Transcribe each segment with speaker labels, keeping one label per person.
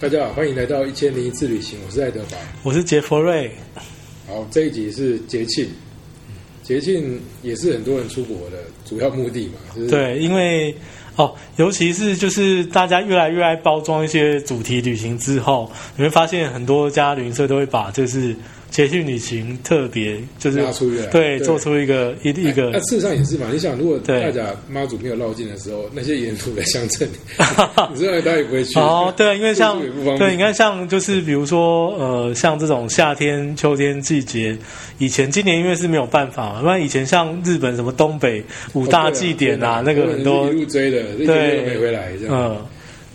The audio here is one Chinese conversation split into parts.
Speaker 1: 大家好，欢迎来到一千零一次旅行，我是爱德华。
Speaker 2: 我是杰佛瑞，
Speaker 1: 好，这一集是节庆，节庆也是很多人出国的主要目的嘛，就是哎
Speaker 2: 对，因为哦，尤其是就是大家越来越爱包装一些主题旅行之后，你会发现很多家旅行社都会把就是捷讯旅行特别就是
Speaker 1: 拉出来
Speaker 2: 对
Speaker 1: 对哎
Speaker 2: 做出一个一一个
Speaker 1: 那、事实上也是嘛。你想，如果
Speaker 2: 对
Speaker 1: 大家妈祖没有绕境的时候，那些沿途的乡 镇，你说大家也不会去。
Speaker 2: 哦，对，因为像
Speaker 1: 住宿也不方便
Speaker 2: 对，你看像就是比如说呃，像这种夏天、秋天季节，以前今年因为是没有办法，不然以前像日本什么东北五
Speaker 1: 哦
Speaker 2: 大
Speaker 1: 对
Speaker 2: 祭典啊，
Speaker 1: 对
Speaker 2: 那个很多
Speaker 1: 人是一路追的，一个
Speaker 2: 对
Speaker 1: 都没回来这样。
Speaker 2: 嗯。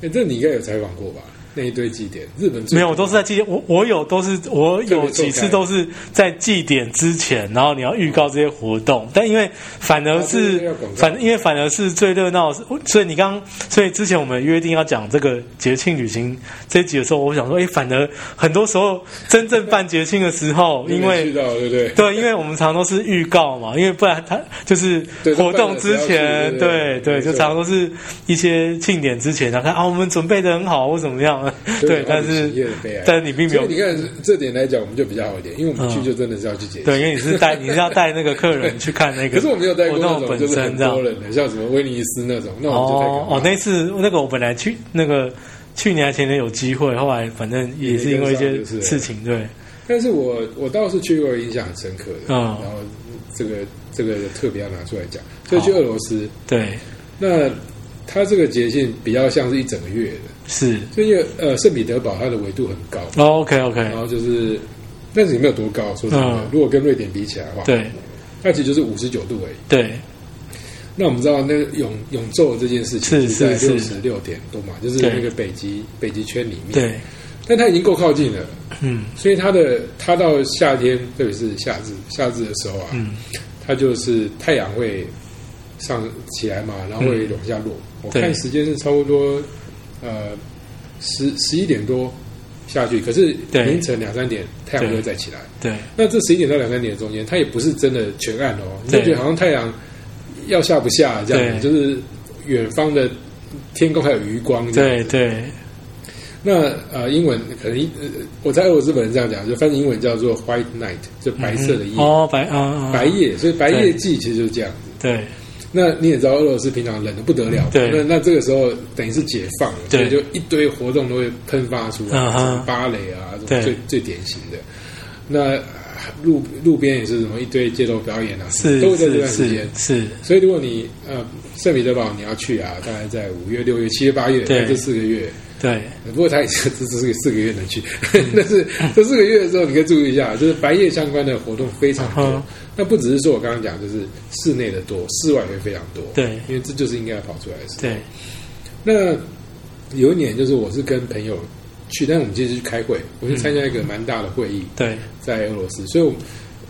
Speaker 1: 哎这你应该有采访过吧？那一堆祭典，日本最
Speaker 2: 没有，我都是在祭我我有都是我有几次都是在祭典之前，然后你要预告这些活动，但因为反而
Speaker 1: 啊对
Speaker 2: 是、
Speaker 1: 对要广告
Speaker 2: 反因为反而是最热闹的是，所以你刚所以之前我们约定要讲这个节庆旅行这一集的时候，我想说，哎，反而很多时候真正办节庆的时候，
Speaker 1: 你
Speaker 2: 因
Speaker 1: 没去
Speaker 2: 为。
Speaker 1: 到对不对？
Speaker 2: 对，因为我们常都是预告嘛，因为不然他就是
Speaker 1: 对
Speaker 2: 活动之前，
Speaker 1: 都办了才要去
Speaker 2: 对对，
Speaker 1: 对
Speaker 2: 就
Speaker 1: 对
Speaker 2: 常都是一些庆典之前，然后看啊，我们准备的很好，或怎么样， 对，但是
Speaker 1: 企业的悲哀。
Speaker 2: 但是你并没
Speaker 1: 所
Speaker 2: 有
Speaker 1: 以你看这点来讲，我们就比较好一点，因为我们去
Speaker 2: 嗯
Speaker 1: 就真的是要去解决。
Speaker 2: 对，因为你是带 你是要带那个客人去看那个，
Speaker 1: 可是我没有带过
Speaker 2: 活
Speaker 1: 那
Speaker 2: 动
Speaker 1: 种
Speaker 2: 本
Speaker 1: 就是很
Speaker 2: 身这样
Speaker 1: 多。人的，像什么威尼斯那种，那我们就太可
Speaker 2: 哦
Speaker 1: 怕
Speaker 2: 哦，那次那个我本来去那个去年还前年有机会，后来反正也是因为一
Speaker 1: 也没
Speaker 2: 些
Speaker 1: 跟上就是
Speaker 2: 事情，对，
Speaker 1: 但是我我倒是去过印象很深刻的，
Speaker 2: 嗯
Speaker 1: 然后这个这个特别要拿出来
Speaker 2: 哦
Speaker 1: 讲，所以去俄罗斯，
Speaker 2: 对
Speaker 1: 那它这个节庆比较像是一整个月的，
Speaker 2: 是。
Speaker 1: 所以因为呃圣彼得堡它的纬度很高，
Speaker 2: 哦 OK OK，
Speaker 1: 然后就是但是也没有多高，说真的
Speaker 2: 嗯，
Speaker 1: 如果跟瑞典比起来的话，，
Speaker 2: 对
Speaker 1: 那其实就是五十九度而已。
Speaker 2: 对
Speaker 1: 那我们知道那个永永昼这件事情
Speaker 2: 是
Speaker 1: 在
Speaker 2: 是
Speaker 1: 六
Speaker 2: 是
Speaker 1: 十六点多嘛，就是
Speaker 2: 对
Speaker 1: 那个北极北极圈里面，
Speaker 2: 对，
Speaker 1: 但它已经够靠近了。
Speaker 2: 嗯
Speaker 1: 所以它的它到夏天，特别是夏至夏至的时候啊，
Speaker 2: 嗯，
Speaker 1: 它就是太阳会上起来嘛，然后会往下落。我
Speaker 2: 嗯对
Speaker 1: 看时间是差不多呃十十一点多下去，可是
Speaker 2: 对
Speaker 1: 凌晨两三点太阳
Speaker 2: 对
Speaker 1: 会再起来。
Speaker 2: 对
Speaker 1: 那这十一点到两三点的中间，它也不是真的全暗哦，你就
Speaker 2: 对
Speaker 1: 觉得好像太阳要下不下这样，
Speaker 2: 对
Speaker 1: 就是远方的天空还有余光这样
Speaker 2: 对对
Speaker 1: 那呃，英文可能呃，我在俄罗斯本人这样讲，就翻译英文叫做 White Night，就白色的夜，
Speaker 2: 哦白啊啊
Speaker 1: 白夜，所以白夜祭其实就是这样子。
Speaker 2: 对
Speaker 1: 那你也知道，俄罗斯平常冷的不得了，
Speaker 2: 对
Speaker 1: 那那这个时候等于是解放了，所
Speaker 2: 对
Speaker 1: 以就一堆活动都会喷发出来，
Speaker 2: 嗯哼
Speaker 1: 什么芭蕾啊，这
Speaker 2: 对
Speaker 1: 种最最典型的。那呃路路边也是什么一堆街头表演啊，
Speaker 2: 是
Speaker 1: 都会在这
Speaker 2: 是
Speaker 1: 段时间
Speaker 2: 是。是
Speaker 1: 所以如果你呃圣彼得堡你要去啊，大概在五月、六月、七月、八月
Speaker 2: 对
Speaker 1: 这四个月，
Speaker 2: 对
Speaker 1: 不过他也是这四个四个月能去， 但是这四个月的时候，你可以注意一下，就是白夜相关的活动非常
Speaker 2: 嗯
Speaker 1: 多
Speaker 2: 哼。
Speaker 1: 那不只是说我刚刚讲，就是室内的多，室外也会非常多。
Speaker 2: 对
Speaker 1: 因为这就是应该跑出来的事。
Speaker 2: 对
Speaker 1: 那有一年，就是我是跟朋友去，但我们今天是去开会，我去参加一个蛮大的会议，
Speaker 2: 对，
Speaker 1: 在俄罗斯，所以我们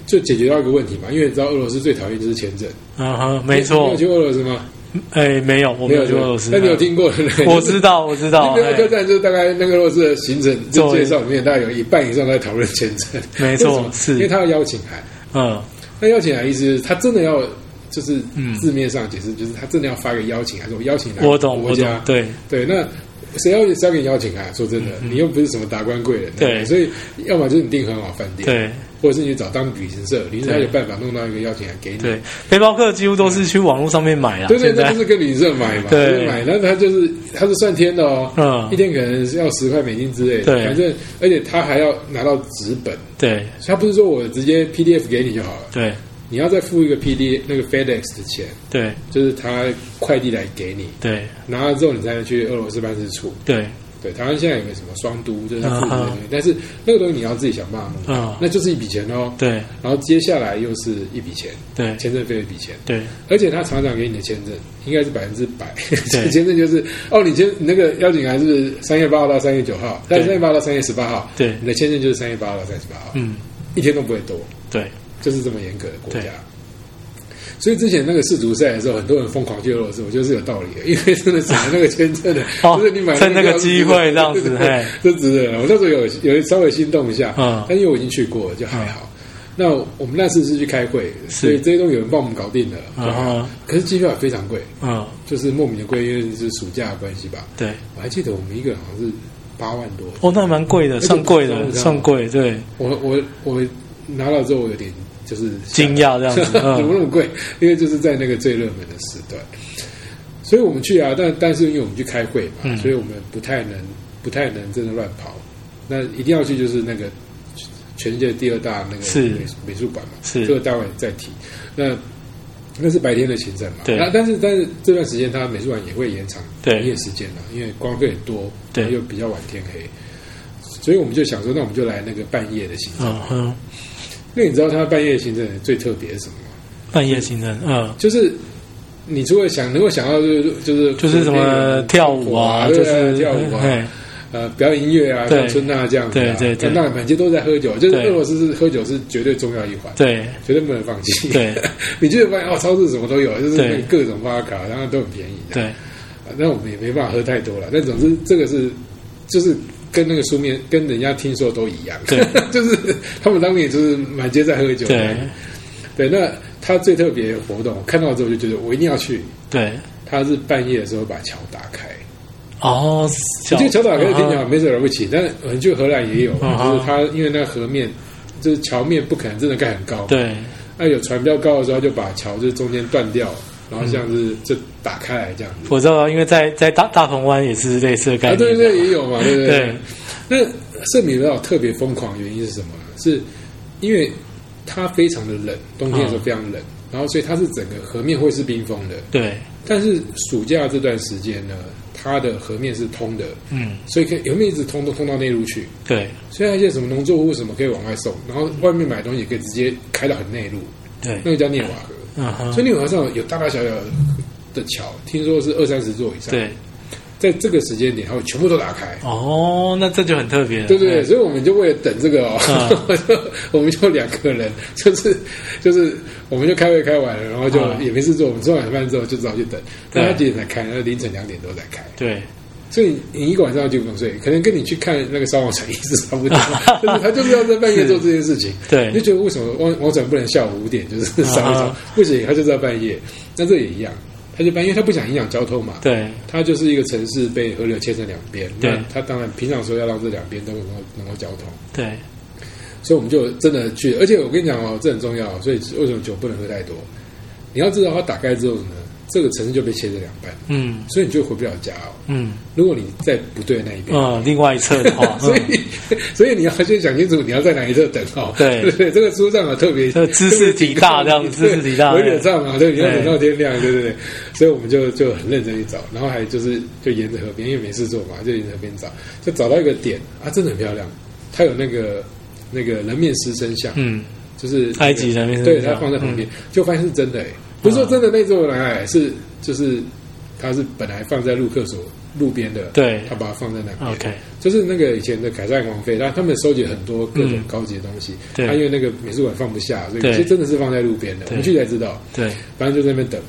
Speaker 1: 就解决到一个问题嘛。因为你知道俄罗斯最讨厌就是签证，
Speaker 2: 嗯哼，没
Speaker 1: 你
Speaker 2: 错
Speaker 1: 有，去俄罗斯吗？
Speaker 2: 哎，没有，我没有去俄罗斯，
Speaker 1: 那
Speaker 2: 哎
Speaker 1: 你有听过？对不对
Speaker 2: 我知道，我知道，
Speaker 1: 那个
Speaker 2: 哎
Speaker 1: 客栈就是大概那个洛斯的行程这介绍里面，大概有一半以上在讨论签证。
Speaker 2: 没错
Speaker 1: 为什么
Speaker 2: 是
Speaker 1: 因为他要邀请函。
Speaker 2: 嗯，
Speaker 1: 那邀请函意思就是他真的要，就是
Speaker 2: 嗯
Speaker 1: 字面上解释，就是他真的要发个邀请函，说我邀请来
Speaker 2: 我懂，
Speaker 1: 国
Speaker 2: 我
Speaker 1: 家
Speaker 2: 懂，。对
Speaker 1: 对，那谁要谁要给你邀请函？说真的，你又不是什么达官贵人，
Speaker 2: 嗯对
Speaker 1: 不所以要么就是你订很好饭店，，
Speaker 2: 对
Speaker 1: 或者是你找当地旅行社，旅行社
Speaker 2: 对
Speaker 1: 有办法弄到一个邀请函给你。
Speaker 2: 对，背包客几乎都是去网络上面买 啊，
Speaker 1: 对对，
Speaker 2: 现
Speaker 1: 那
Speaker 2: 在
Speaker 1: 就是跟旅行社买嘛，
Speaker 2: 对
Speaker 1: 就是买，那他就是他是算天的哦，
Speaker 2: 嗯
Speaker 1: 一天可能是要十块美金之类的，
Speaker 2: 对
Speaker 1: 反正而且他还要拿到纸本，
Speaker 2: 对
Speaker 1: 所以他不是说我直接 PDF 给你就好了，
Speaker 2: 对
Speaker 1: 你要再付一个 PD 那个 FedEx 的钱，
Speaker 2: 对
Speaker 1: 就是他快递来给你，
Speaker 2: 对
Speaker 1: 拿了之后你才能去俄罗斯办事处。
Speaker 2: 对，
Speaker 1: 对，台湾现在有个什么双都，就是他付的
Speaker 2: 嗯
Speaker 1: 东西，但是那个东西你要自己想办法弄，
Speaker 2: 嗯，
Speaker 1: 那就是一笔钱哦。
Speaker 2: 对
Speaker 1: 然后接下来又是一笔钱，
Speaker 2: 对
Speaker 1: 签证费一笔钱。
Speaker 2: 对
Speaker 1: 而且他厂长给你的签证应该是百分之百，
Speaker 2: 对
Speaker 1: 签证就是哦，你签你那个邀请函是三月八号到三月九号，但是三
Speaker 2: 对
Speaker 1: 月八号到三月十八号，
Speaker 2: 对
Speaker 1: 你的签证就是三月八号到三十八号，
Speaker 2: 嗯
Speaker 1: 一天都不会多，
Speaker 2: 对
Speaker 1: 就是这么严格的国
Speaker 2: 对，
Speaker 1: 家。所以之前那个世足赛的时候，很多人疯狂去俄罗斯，我觉得是有道理的， 因为真的省了那个签证的
Speaker 2: 哦
Speaker 1: 就是你买
Speaker 2: 趁那个机会
Speaker 1: 这样
Speaker 2: 这样子嘿
Speaker 1: 这值得了。我那时候有有稍微心动一下，
Speaker 2: 嗯
Speaker 1: 但因为我已经去过了，就还好。那我们那次是去开会，所以这些东西有人帮我们搞定了，就还好
Speaker 2: 嗯哼
Speaker 1: 可是机票也非常贵，
Speaker 2: 嗯
Speaker 1: 就是莫名的贵，因为是暑假的关系吧。
Speaker 2: 对
Speaker 1: 我还记得我们一个人好像是八万多。
Speaker 2: 哦，那蛮贵的，
Speaker 1: 且
Speaker 2: 算贵
Speaker 1: 不
Speaker 2: 的，
Speaker 1: 知道
Speaker 2: 算贵，对，
Speaker 1: 我我我拿到之后，我有点就是吓
Speaker 2: 惊讶这 样子，
Speaker 1: 怎么
Speaker 2: 嗯，
Speaker 1: 那么贵？因为就是在那个最热门的时段，所以我们去啊，但但是因为我们去开会嘛，
Speaker 2: 嗯
Speaker 1: 所以我们不太能不太能真的乱跑。那一定要去就是那个全世界第二大那个
Speaker 2: 是
Speaker 1: 美术美术馆嘛，
Speaker 2: 是
Speaker 1: 这个待会再提。那那是白天的行程嘛，
Speaker 2: 对
Speaker 1: 那但是但是这段时间它美术馆也会延长
Speaker 2: 对
Speaker 1: 营业时间啊啦，因为光客也多，
Speaker 2: 对
Speaker 1: 然后又比较晚天黑，所以我们就想说，那我们就来那个半夜的行程。
Speaker 2: 嗯哼，
Speaker 1: 那你知道它半夜的行程最特别是什么吗？
Speaker 2: 半夜行人，嗯，
Speaker 1: 就是你除了想能够想到就是就是
Speaker 2: 就是什么跳舞啊，
Speaker 1: 对
Speaker 2: 就
Speaker 1: 不对
Speaker 2: 是
Speaker 1: 跳舞啊，
Speaker 2: 嘿
Speaker 1: 呃，表演音乐啊，
Speaker 2: 对
Speaker 1: 像春娜这样子啊，
Speaker 2: 对对对
Speaker 1: 那满街都在喝酒，就是
Speaker 2: 对
Speaker 1: 俄罗斯是喝酒是绝对重要一环，
Speaker 2: 对
Speaker 1: 绝对不能放弃。
Speaker 2: 对
Speaker 1: 你就会发现哦，超市什么都有，就是
Speaker 2: 对
Speaker 1: 那个各种巴卡，然后都很便宜。
Speaker 2: 对，
Speaker 1: 啊那我们也没办法喝太多了，但总之这个是就是。跟那个书面跟人家听说都一样，
Speaker 2: 对
Speaker 1: 就是他们当年就是满街在喝酒，
Speaker 2: 对
Speaker 1: 对，那他最特别的活动，我看到之后就觉得我一定要去。
Speaker 2: 对，
Speaker 1: 他是半夜的时候把桥打开，
Speaker 2: 哦，
Speaker 1: 我
Speaker 2: 小
Speaker 1: 觉得桥打开听起来好
Speaker 2: 嗯
Speaker 1: 像没什么了不起，但我们去荷兰也有，
Speaker 2: 嗯
Speaker 1: 就是它因为那河面就是桥面不可能真的盖很高，，
Speaker 2: 对
Speaker 1: 那有船比较高的时候就把桥就是中间断掉，然后像是就打开来这样子。
Speaker 2: 我知道，因为在在大大鹏湾也是类似的概
Speaker 1: 啊，
Speaker 2: 念，
Speaker 1: 对对，也有嘛，对不
Speaker 2: 对
Speaker 1: 对？那圣米勒特别疯狂的原因是什么呢？是因为它非常的冷，冬天的时候非常冷，然后所以它是整个河面会是冰封的，
Speaker 2: 对，
Speaker 1: 但是暑假这段时间呢，它的河面是通的，
Speaker 2: 嗯，
Speaker 1: 所以可以河面一直通都通到内陆去。
Speaker 2: 对
Speaker 1: 所以那些什么农作物什么可以往外送，然后外面买东西也可以直接开到很内陆，那
Speaker 2: 对，
Speaker 1: 个叫涅瓦河。
Speaker 2: 嗯
Speaker 1: 所以
Speaker 2: 哼，
Speaker 1: 涅瓦河上有大大小小的桥，听说是二三十座以上。，
Speaker 2: 对，
Speaker 1: 在这个时间点，它会全部都打开。
Speaker 2: 哦，那这就很特别了，
Speaker 1: 对不对，所以我们就为了等这个
Speaker 2: 嗯
Speaker 1: 哦，我就 我们就两个人，就是就是，我们就开会开完了，然后就
Speaker 2: 嗯
Speaker 1: 也没事做，我们吃完饭之后就知道去等。但他
Speaker 2: 对
Speaker 1: 几点才开？那凌晨两点多才开。
Speaker 2: 对
Speaker 1: 所以你一个晚上就不用睡，可能跟你去看那个烧网产意是差不 多，就是他就是要在半夜做这件事情。
Speaker 2: 对
Speaker 1: 你就觉得为什么网网展不能下午五点就是烧一
Speaker 2: 啊
Speaker 1: 烧？不行，他就是要半夜。那这也一样，他就半夜，因为他不想影响交通嘛。
Speaker 2: 对
Speaker 1: 它就是一个城市被河流切成两边，
Speaker 2: 对
Speaker 1: 那它当然平常说要让这两边都能够能够交通，
Speaker 2: 对，
Speaker 1: 所以我们就真的去，而且我跟你讲哦，这很重要，所以为什么酒不能喝太多？你要知道它打开之后呢，这个城市就被切成两半，
Speaker 2: 嗯
Speaker 1: 所以你就回不了家哦。
Speaker 2: 嗯
Speaker 1: 如果你在不对那一边，
Speaker 2: 呃，另外一侧的话，
Speaker 1: 所
Speaker 2: 嗯
Speaker 1: 以，所以你要先想清楚你要在哪一侧等哦。
Speaker 2: 对
Speaker 1: 对对，这个书上啊特别
Speaker 2: 这个知识体大这样子
Speaker 1: 对
Speaker 2: 知识体大
Speaker 1: 我忍上嘛，对，你要
Speaker 2: 对
Speaker 1: 等到天亮，对对对。所以我们就就很认真去找，然后还就是就沿着河边，因为没事做嘛，就沿着河边找，就找到一个点啊，真的很漂亮，它有那个那个人面狮身像，
Speaker 2: 嗯，
Speaker 1: 就是那个
Speaker 2: 埃及人面狮身
Speaker 1: 对，
Speaker 2: 像嗯
Speaker 1: 它放在旁边，就发现是真的、欸，不是说真的那座人哎，是就是它是本来放在陆克所路边的，
Speaker 2: 对
Speaker 1: 他把它放在那边。
Speaker 2: 嗯，OK，
Speaker 1: 就是那个以前的凯撒王妃，然后他们收集很多各种高级的东西。
Speaker 2: 嗯
Speaker 1: 啊
Speaker 2: 对
Speaker 1: 他因为那个美术馆放不下，所以
Speaker 2: 对
Speaker 1: 其实真的是放在路边的。
Speaker 2: 对
Speaker 1: 我们去才知道，
Speaker 2: 对
Speaker 1: 反正就在那边等。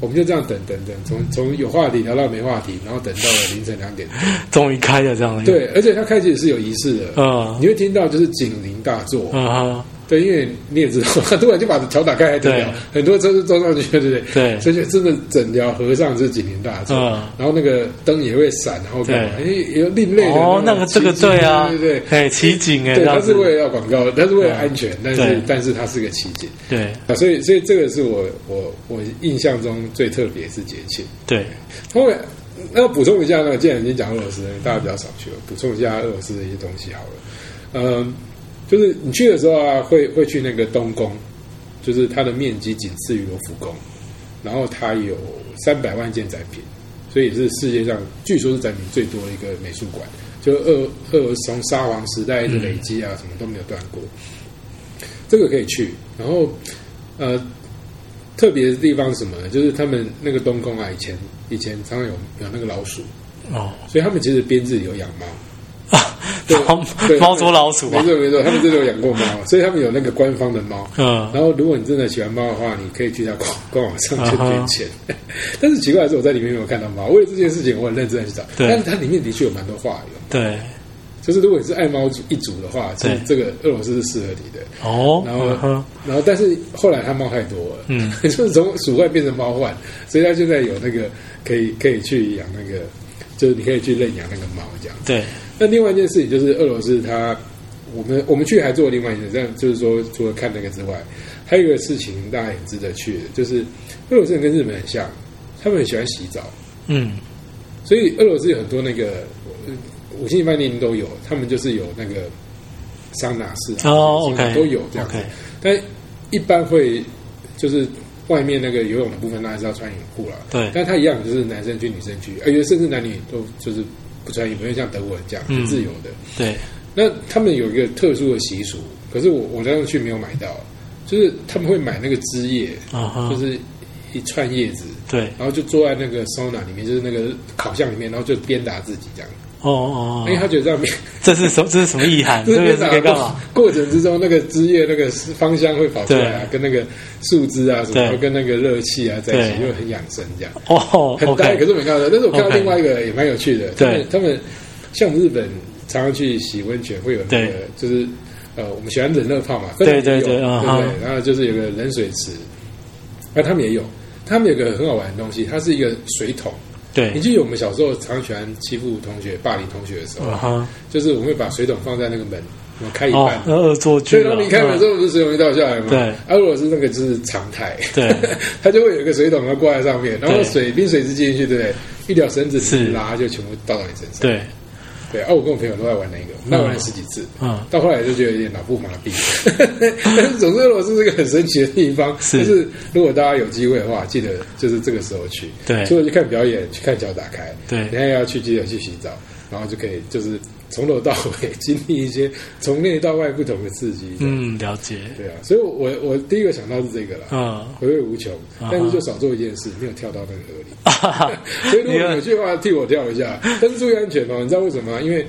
Speaker 1: 我们就这样等等等，从从有话题聊到没话题，然后等到了凌晨两点。
Speaker 2: 终于开了这样的，，
Speaker 1: 对，而且他开始是有仪式的，
Speaker 2: 嗯
Speaker 1: 你会听到就是警铃大作。
Speaker 2: 嗯哼，
Speaker 1: 对，因为你也知道， 他突然就把桥打开还得了
Speaker 2: 对？
Speaker 1: 很多车就撞上去，对不对？
Speaker 2: 对
Speaker 1: 所以就真的整条河上是警铃大作。
Speaker 2: 嗯。
Speaker 1: 然后那个灯也会闪，然后干嘛？因
Speaker 2: 对
Speaker 1: 为有另类的
Speaker 2: 哦，那
Speaker 1: 种
Speaker 2: 个这个
Speaker 1: 奇迹
Speaker 2: 对啊，
Speaker 1: 对对对，
Speaker 2: 哎，奇景哎，
Speaker 1: 对，
Speaker 2: 这样
Speaker 1: 它
Speaker 2: 子
Speaker 1: 是为了要广告，它是为了安全，但
Speaker 2: 对
Speaker 1: 是但是它是个奇景
Speaker 2: 对
Speaker 1: 啊，所以所以这个是我我我印象中最特别是节庆。
Speaker 2: 对，
Speaker 1: 后面那补充一下呢，既然已经讲俄罗斯，大家比较少去了，补充一下俄罗斯的一些东西好了。嗯，就是你去的时候啊，会会去那个东宫，就是它的面积仅次于罗浮宫，然后它有三百万件展品，所以是世界上据说是展品最多的一个美术馆。就俄俄罗斯从沙皇时代一直累积啊，什么都没有断过。这个可以去，然后呃，特别的地方是什么呢？就是他们那个东宫啊，以前以前常常有有那个老鼠，
Speaker 2: 哦，
Speaker 1: 所以他们其实编制有养猫。对
Speaker 2: 猫
Speaker 1: 对
Speaker 2: 猫捉老鼠
Speaker 1: 没
Speaker 2: 啊，
Speaker 1: 错没错，他们真的有养过猫，所以他们有那个官方的猫。
Speaker 2: 嗯，
Speaker 1: 然后，如果你真的喜欢猫的话，你可以去他官官网上去
Speaker 2: 啊哈
Speaker 1: 捐钱。 但是奇怪的是，我在里面没有看到猫。为了这件事情，我很认真的去找，
Speaker 2: 对
Speaker 1: 但是它里面的确有蛮多话有，
Speaker 2: 对，
Speaker 1: 就是如果你是爱猫一族的话，其实
Speaker 2: 对
Speaker 1: 这个俄罗斯是适合你的。
Speaker 2: 哦，
Speaker 1: 然后
Speaker 2: 嗯哼，
Speaker 1: 然后，但是后来它猫太多了，
Speaker 2: 嗯，
Speaker 1: 就是从鼠患变成猫患，所以它现在有那个可以可以去养那个就是你可以去认养那个猫这样。
Speaker 2: 对，
Speaker 1: 那另外一件事情就是俄罗斯它，我们我们去还做另外一件事，这样就是说除了看那个之外，还有一个事情大家也值得去的，就是俄罗斯人跟日本很像，他们很喜欢洗澡，
Speaker 2: 嗯，
Speaker 1: 所以俄罗斯有很多那个呃五星级饭店都有，他们就是有那个桑拿室啊什么
Speaker 2: 哦，OK，
Speaker 1: 都有这样子
Speaker 2: OK，
Speaker 1: 但一般会就是外面那个游泳的部分，当然是要穿泳裤啦。
Speaker 2: 对
Speaker 1: 但它一样就是男生去女生去，而且甚至男女都就是不穿衣服，因为像德国人这样
Speaker 2: 嗯
Speaker 1: 很自由的。
Speaker 2: 对，
Speaker 1: 那他们有一个特殊的习俗，可是我我那时候去没有买到，就是他们会买那个枝叶，
Speaker 2: 啊哈
Speaker 1: 就，是一串叶子，
Speaker 2: 对，
Speaker 1: 然后就坐在那个 sauna 里面，就是那个烤箱里面，然后就鞭打自己这样，
Speaker 2: 哦哦，
Speaker 1: 因为他
Speaker 2: 哦
Speaker 1: 觉得这 样没
Speaker 2: 这是什这是什么意涵？
Speaker 1: 就
Speaker 2: 这
Speaker 1: 是
Speaker 2: 个
Speaker 1: 鞭
Speaker 2: 是
Speaker 1: 打
Speaker 2: 可以
Speaker 1: 的
Speaker 2: 干
Speaker 1: 过
Speaker 2: 嘛？
Speaker 1: 过程之中，那个枝叶那个芳香会跑出来、啊，跟那个树枝啊什么，
Speaker 2: 对
Speaker 1: 然后跟那个热气啊在一起，
Speaker 2: 对
Speaker 1: 就很养生这样。
Speaker 2: 哦
Speaker 1: 很呆，可
Speaker 2: ，OK，
Speaker 1: 是我没看到。但是我看到
Speaker 2: OK
Speaker 1: 另外一个也蛮有趣的，他们
Speaker 2: 对
Speaker 1: 他们像日本常常去洗温泉，会有那个
Speaker 2: 对
Speaker 1: 就是呃，我们喜欢冷热泡嘛，芬兰也有
Speaker 2: 对对
Speaker 1: 对
Speaker 2: 对嗯
Speaker 1: 不
Speaker 2: 哈
Speaker 1: 对？然后就是有个冷水池，那他们也有，他们有个很好玩的东西，它是一个水桶。你
Speaker 2: 对，
Speaker 1: 记得我们小时候常喜欢欺负同学、霸凌同学的时候，
Speaker 2: 啊哈，
Speaker 1: 就是我们会把水桶放在那个门，我们开一
Speaker 2: 哦
Speaker 1: 半，。
Speaker 2: 那恶作
Speaker 1: 所
Speaker 2: 剧嗯
Speaker 1: 以他
Speaker 2: 了，
Speaker 1: 们一开门之后，不是水桶就倒下来嘛？
Speaker 2: 对
Speaker 1: 啊，如果是那个就是常态，
Speaker 2: 对，
Speaker 1: 它就会有一个水桶，它挂在上面，然后
Speaker 2: 对
Speaker 1: 水冰水是进去，对不对？一条绳子
Speaker 2: 是
Speaker 1: 你拉就全部倒到你身上。
Speaker 2: 对，
Speaker 1: 对，啊，我跟我朋友都在玩那个，那玩了十几次，
Speaker 2: 嗯，
Speaker 1: 到后来就觉得有点脑部麻痹。 但是总之，俄罗斯是一个很神奇的地方，
Speaker 2: 是
Speaker 1: 就是如果大家有机会的话，记得就是这个时候去，
Speaker 2: 对
Speaker 1: 除了去看表演、去看脚打开，
Speaker 2: 对
Speaker 1: 你还要去记得去洗澡，然后就可以就是从头到尾 经历一些从内到外不同的刺激。
Speaker 2: 嗯，了解，
Speaker 1: 对啊，所以我我我第一个想到是这个啦。
Speaker 2: 嗯，
Speaker 1: 回味无穷，
Speaker 2: 啊哈
Speaker 1: 但是就少做一件事，没有跳到那个河里。
Speaker 2: 啊哈哈
Speaker 1: 所以如果 你有去的话，替我跳一下，但是注意安全哦。你知道为什么吗？因为